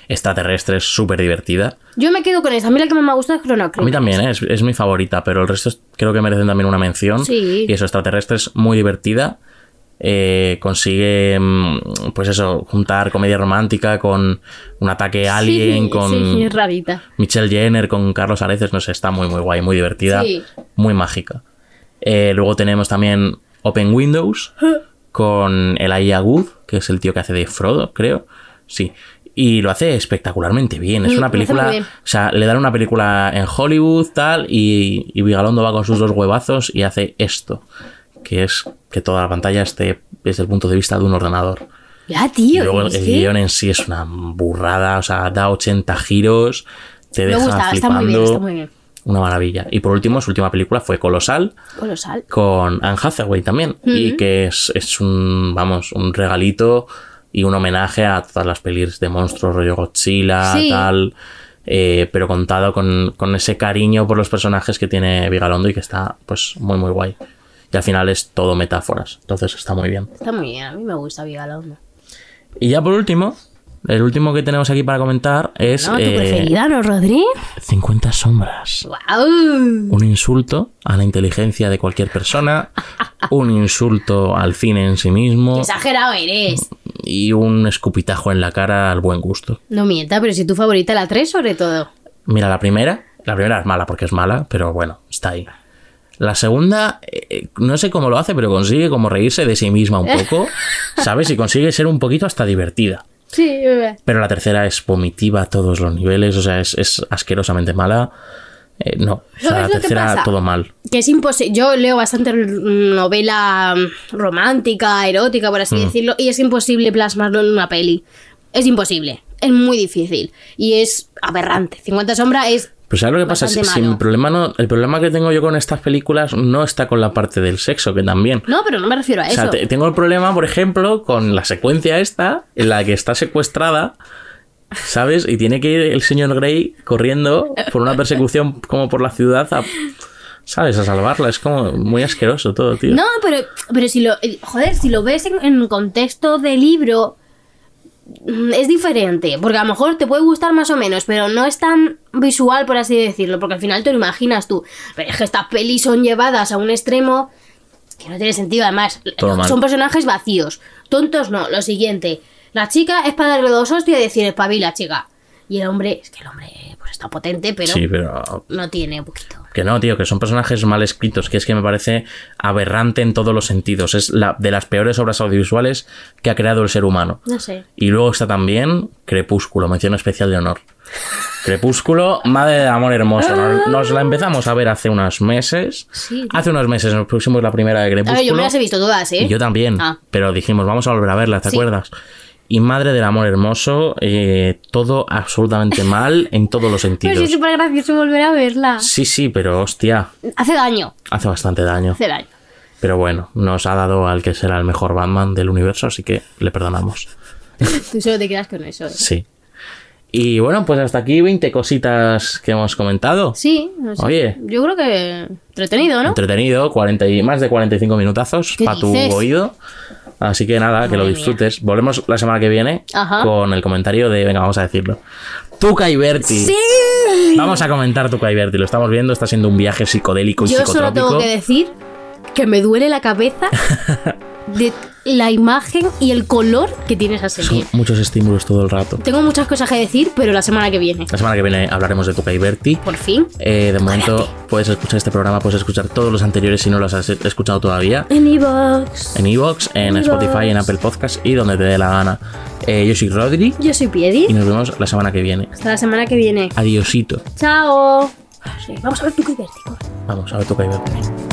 Speaker 1: extraterrestre es súper divertida.
Speaker 2: Yo me quedo con esa. A mí la que más me gusta es
Speaker 1: A mí
Speaker 2: Cronocrímenes.
Speaker 1: también, eh, es, es mi favorita, pero el resto es- creo que merecen también una mención.
Speaker 2: Sí.
Speaker 1: Y eso, extraterrestre es muy divertida. Eh, consigue, mm, pues eso, juntar comedia romántica con un ataque alien,
Speaker 2: Sí,
Speaker 1: con
Speaker 2: sí, sí, es rarita.
Speaker 1: Michelle Jenner con Carlos Areces, no sé, está muy, muy guay, muy divertida,
Speaker 2: Sí.
Speaker 1: muy mágica. Eh, luego tenemos también Open
Speaker 2: [laughs]
Speaker 1: Windows con Elijah Wood, que es el tío que hace de Frodo, creo. Sí. Y lo hace espectacularmente bien. Es
Speaker 2: Mm, lo
Speaker 1: una
Speaker 2: hace
Speaker 1: película.
Speaker 2: muy bien.
Speaker 1: O sea, le dan una película en Hollywood, tal, y, y Vigalondo va con sus dos huevazos y hace esto. Que es que toda la pantalla esté desde el punto de vista de un ordenador.
Speaker 2: Ya,
Speaker 1: Y
Speaker 2: tío.
Speaker 1: luego
Speaker 2: es
Speaker 1: el, el
Speaker 2: que-
Speaker 1: guión en sí es una burrada, o sea, da 80 giros, te
Speaker 2: Me
Speaker 1: deja
Speaker 2: gusta, está
Speaker 1: flipando.
Speaker 2: muy bien, está muy bien.
Speaker 1: Una maravilla. Y por último, su última película fue Colosal,
Speaker 2: Colosal.
Speaker 1: con Anne Hathaway también. Y que es, es un, vamos, un regalito y un homenaje a todas las pelis de monstruos, rollo Godzilla,
Speaker 2: Sí.
Speaker 1: tal. eh, pero contado con, con ese cariño por los personajes que tiene Vigalondo y que está, pues, muy, muy guay. Y al final es todo metáforas. Entonces está muy bien.
Speaker 2: Está muy bien, a mí me gusta Vigalondo.
Speaker 1: Y ya por último, el último que tenemos aquí para comentar es
Speaker 2: ¿No? ¿Tu
Speaker 1: eh,
Speaker 2: preferida, no, Rodri?
Speaker 1: 50 sombras.
Speaker 2: ¡Guau!
Speaker 1: Un insulto a la inteligencia de cualquier persona, un insulto al cine en sí mismo
Speaker 2: Exagerado eres.
Speaker 1: y un escupitajo en la cara al buen gusto.
Speaker 2: No mienta, pero si tu favorita la 3 sobre todo.
Speaker 1: Mira, la primera, la primera es mala porque es mala, pero bueno, está ahí. La segunda, eh, no sé cómo lo hace, pero consigue como reírse de sí misma un
Speaker 2: [laughs]
Speaker 1: poco, ¿sabes? Y consigue ser un poquito hasta divertida.
Speaker 2: Sí,
Speaker 1: Pero la tercera es vomitiva a todos los niveles, o sea, es, es asquerosamente mala. Eh, no, o sea,
Speaker 2: ¿Sabes
Speaker 1: la
Speaker 2: lo que
Speaker 1: tercera
Speaker 2: pasa?
Speaker 1: todo mal.
Speaker 2: que es imposible. Yo leo bastante r- novela mm, romántica, erótica, por
Speaker 1: Mm.
Speaker 2: así decirlo, y es imposible plasmarlo en una peli. Es imposible. Es muy difícil. Y es aberrante. 50 sombras es.
Speaker 1: Pero ¿sabes lo que pasa? Si,
Speaker 2: Bastante
Speaker 1: si mi
Speaker 2: malo.
Speaker 1: problema no, el problema que tengo yo con estas películas no está con la parte del sexo, que también.
Speaker 2: No, pero no me refiero a
Speaker 1: O
Speaker 2: eso.
Speaker 1: sea, te- tengo el problema, por ejemplo, con la secuencia esta, en la que está secuestrada, ¿sabes? Y tiene que ir el señor Grey corriendo por una persecución como por la ciudad a, ¿Sabes? A salvarla. Es como muy asqueroso todo, tío.
Speaker 2: No, pero, pero si lo. eh, Joder, si lo ves en, en contexto de libro. mm, Es diferente, porque a lo mejor te puede gustar más o menos, pero no es tan visual, por así decirlo, porque al final te lo imaginas tú. Pero es que estas pelis son llevadas a un extremo que no tiene sentido, además.
Speaker 1: Todo
Speaker 2: son
Speaker 1: mal.
Speaker 2: personajes vacíos. Tontos no. Lo siguiente, la chica es para darle dos hostias y decir espabila, chica. Y el hombre, es que el hombre pues está potente, pero
Speaker 1: Sí, pero
Speaker 2: no tiene poquito.
Speaker 1: Que no, tío, que son personajes mal escritos, que es que me parece aberrante en todos los sentidos. Es la de las peores obras audiovisuales que ha creado el ser humano.
Speaker 2: No sé.
Speaker 1: Y luego está también Crepúsculo, mención especial de honor. Crepúsculo, madre de amor hermoso. Nos, nos la empezamos a ver hace unos meses.
Speaker 2: Ah. Sí, tío.
Speaker 1: Hace unos meses nos pusimos la primera de
Speaker 2: A
Speaker 1: Crepúsculo.
Speaker 2: ver, yo me las he visto todas, ¿eh?
Speaker 1: Y yo también.
Speaker 2: Ah.
Speaker 1: Pero dijimos, vamos a volver a verla, ¿te
Speaker 2: Sí.
Speaker 1: acuerdas? Y madre del amor hermoso, eh, todo absolutamente mal en todos los
Speaker 2: Pero
Speaker 1: sentidos.
Speaker 2: sí es súper gracioso volver a verla.
Speaker 1: Sí, sí, pero hostia,
Speaker 2: Hace daño,
Speaker 1: hace bastante daño.
Speaker 2: hace daño.
Speaker 1: Pero bueno, nos ha dado al que será el mejor Batman del universo, así que le perdonamos.
Speaker 2: Tú solo te quedas con eso. ¿eh?
Speaker 1: Sí. Y bueno, pues hasta aquí 20 cositas que hemos comentado.
Speaker 2: Sí, no sé.
Speaker 1: Oye.
Speaker 2: Yo creo que entretenido, ¿no?
Speaker 1: Entretenido, 40 y, más de 45 minutazos
Speaker 2: ¿Qué
Speaker 1: para tu
Speaker 2: dices?
Speaker 1: oído. Así que nada, que lo
Speaker 2: Madre mía.
Speaker 1: disfrutes. Volvemos la semana que viene
Speaker 2: Ajá.
Speaker 1: con el comentario de, venga, vamos a decirlo. Tuca y Berti.
Speaker 2: Sí.
Speaker 1: Vamos a comentar Tuca y Berti. Lo estamos viendo, está siendo un viaje psicodélico y
Speaker 2: Yo solo
Speaker 1: psicotrópico.
Speaker 2: tengo que decir que me duele la
Speaker 1: [laughs]
Speaker 2: cabeza de la imagen y el color que tiene esa serie.
Speaker 1: Son muchos estímulos todo el rato.
Speaker 2: Tengo muchas cosas que decir, pero la semana que viene.
Speaker 1: La semana que viene hablaremos de Tuca y Berti.
Speaker 2: Por fin.
Speaker 1: Eh, de momento puedes escuchar este programa, puedes escuchar todos los anteriores si no los has escuchado todavía.
Speaker 2: En Evox.
Speaker 1: En Evox, en
Speaker 2: Evox.
Speaker 1: Spotify, en Apple Podcast y donde te dé la gana. Eh, yo soy Rodri
Speaker 2: Yo soy
Speaker 1: y
Speaker 2: Piedi.
Speaker 1: nos vemos la semana que viene.
Speaker 2: Hasta la semana que viene.
Speaker 1: Adiosito.
Speaker 2: Chao. Sí, Vamos a ver tu divertido.
Speaker 1: Vamos, a ver tu caída.
Speaker 2: Venga.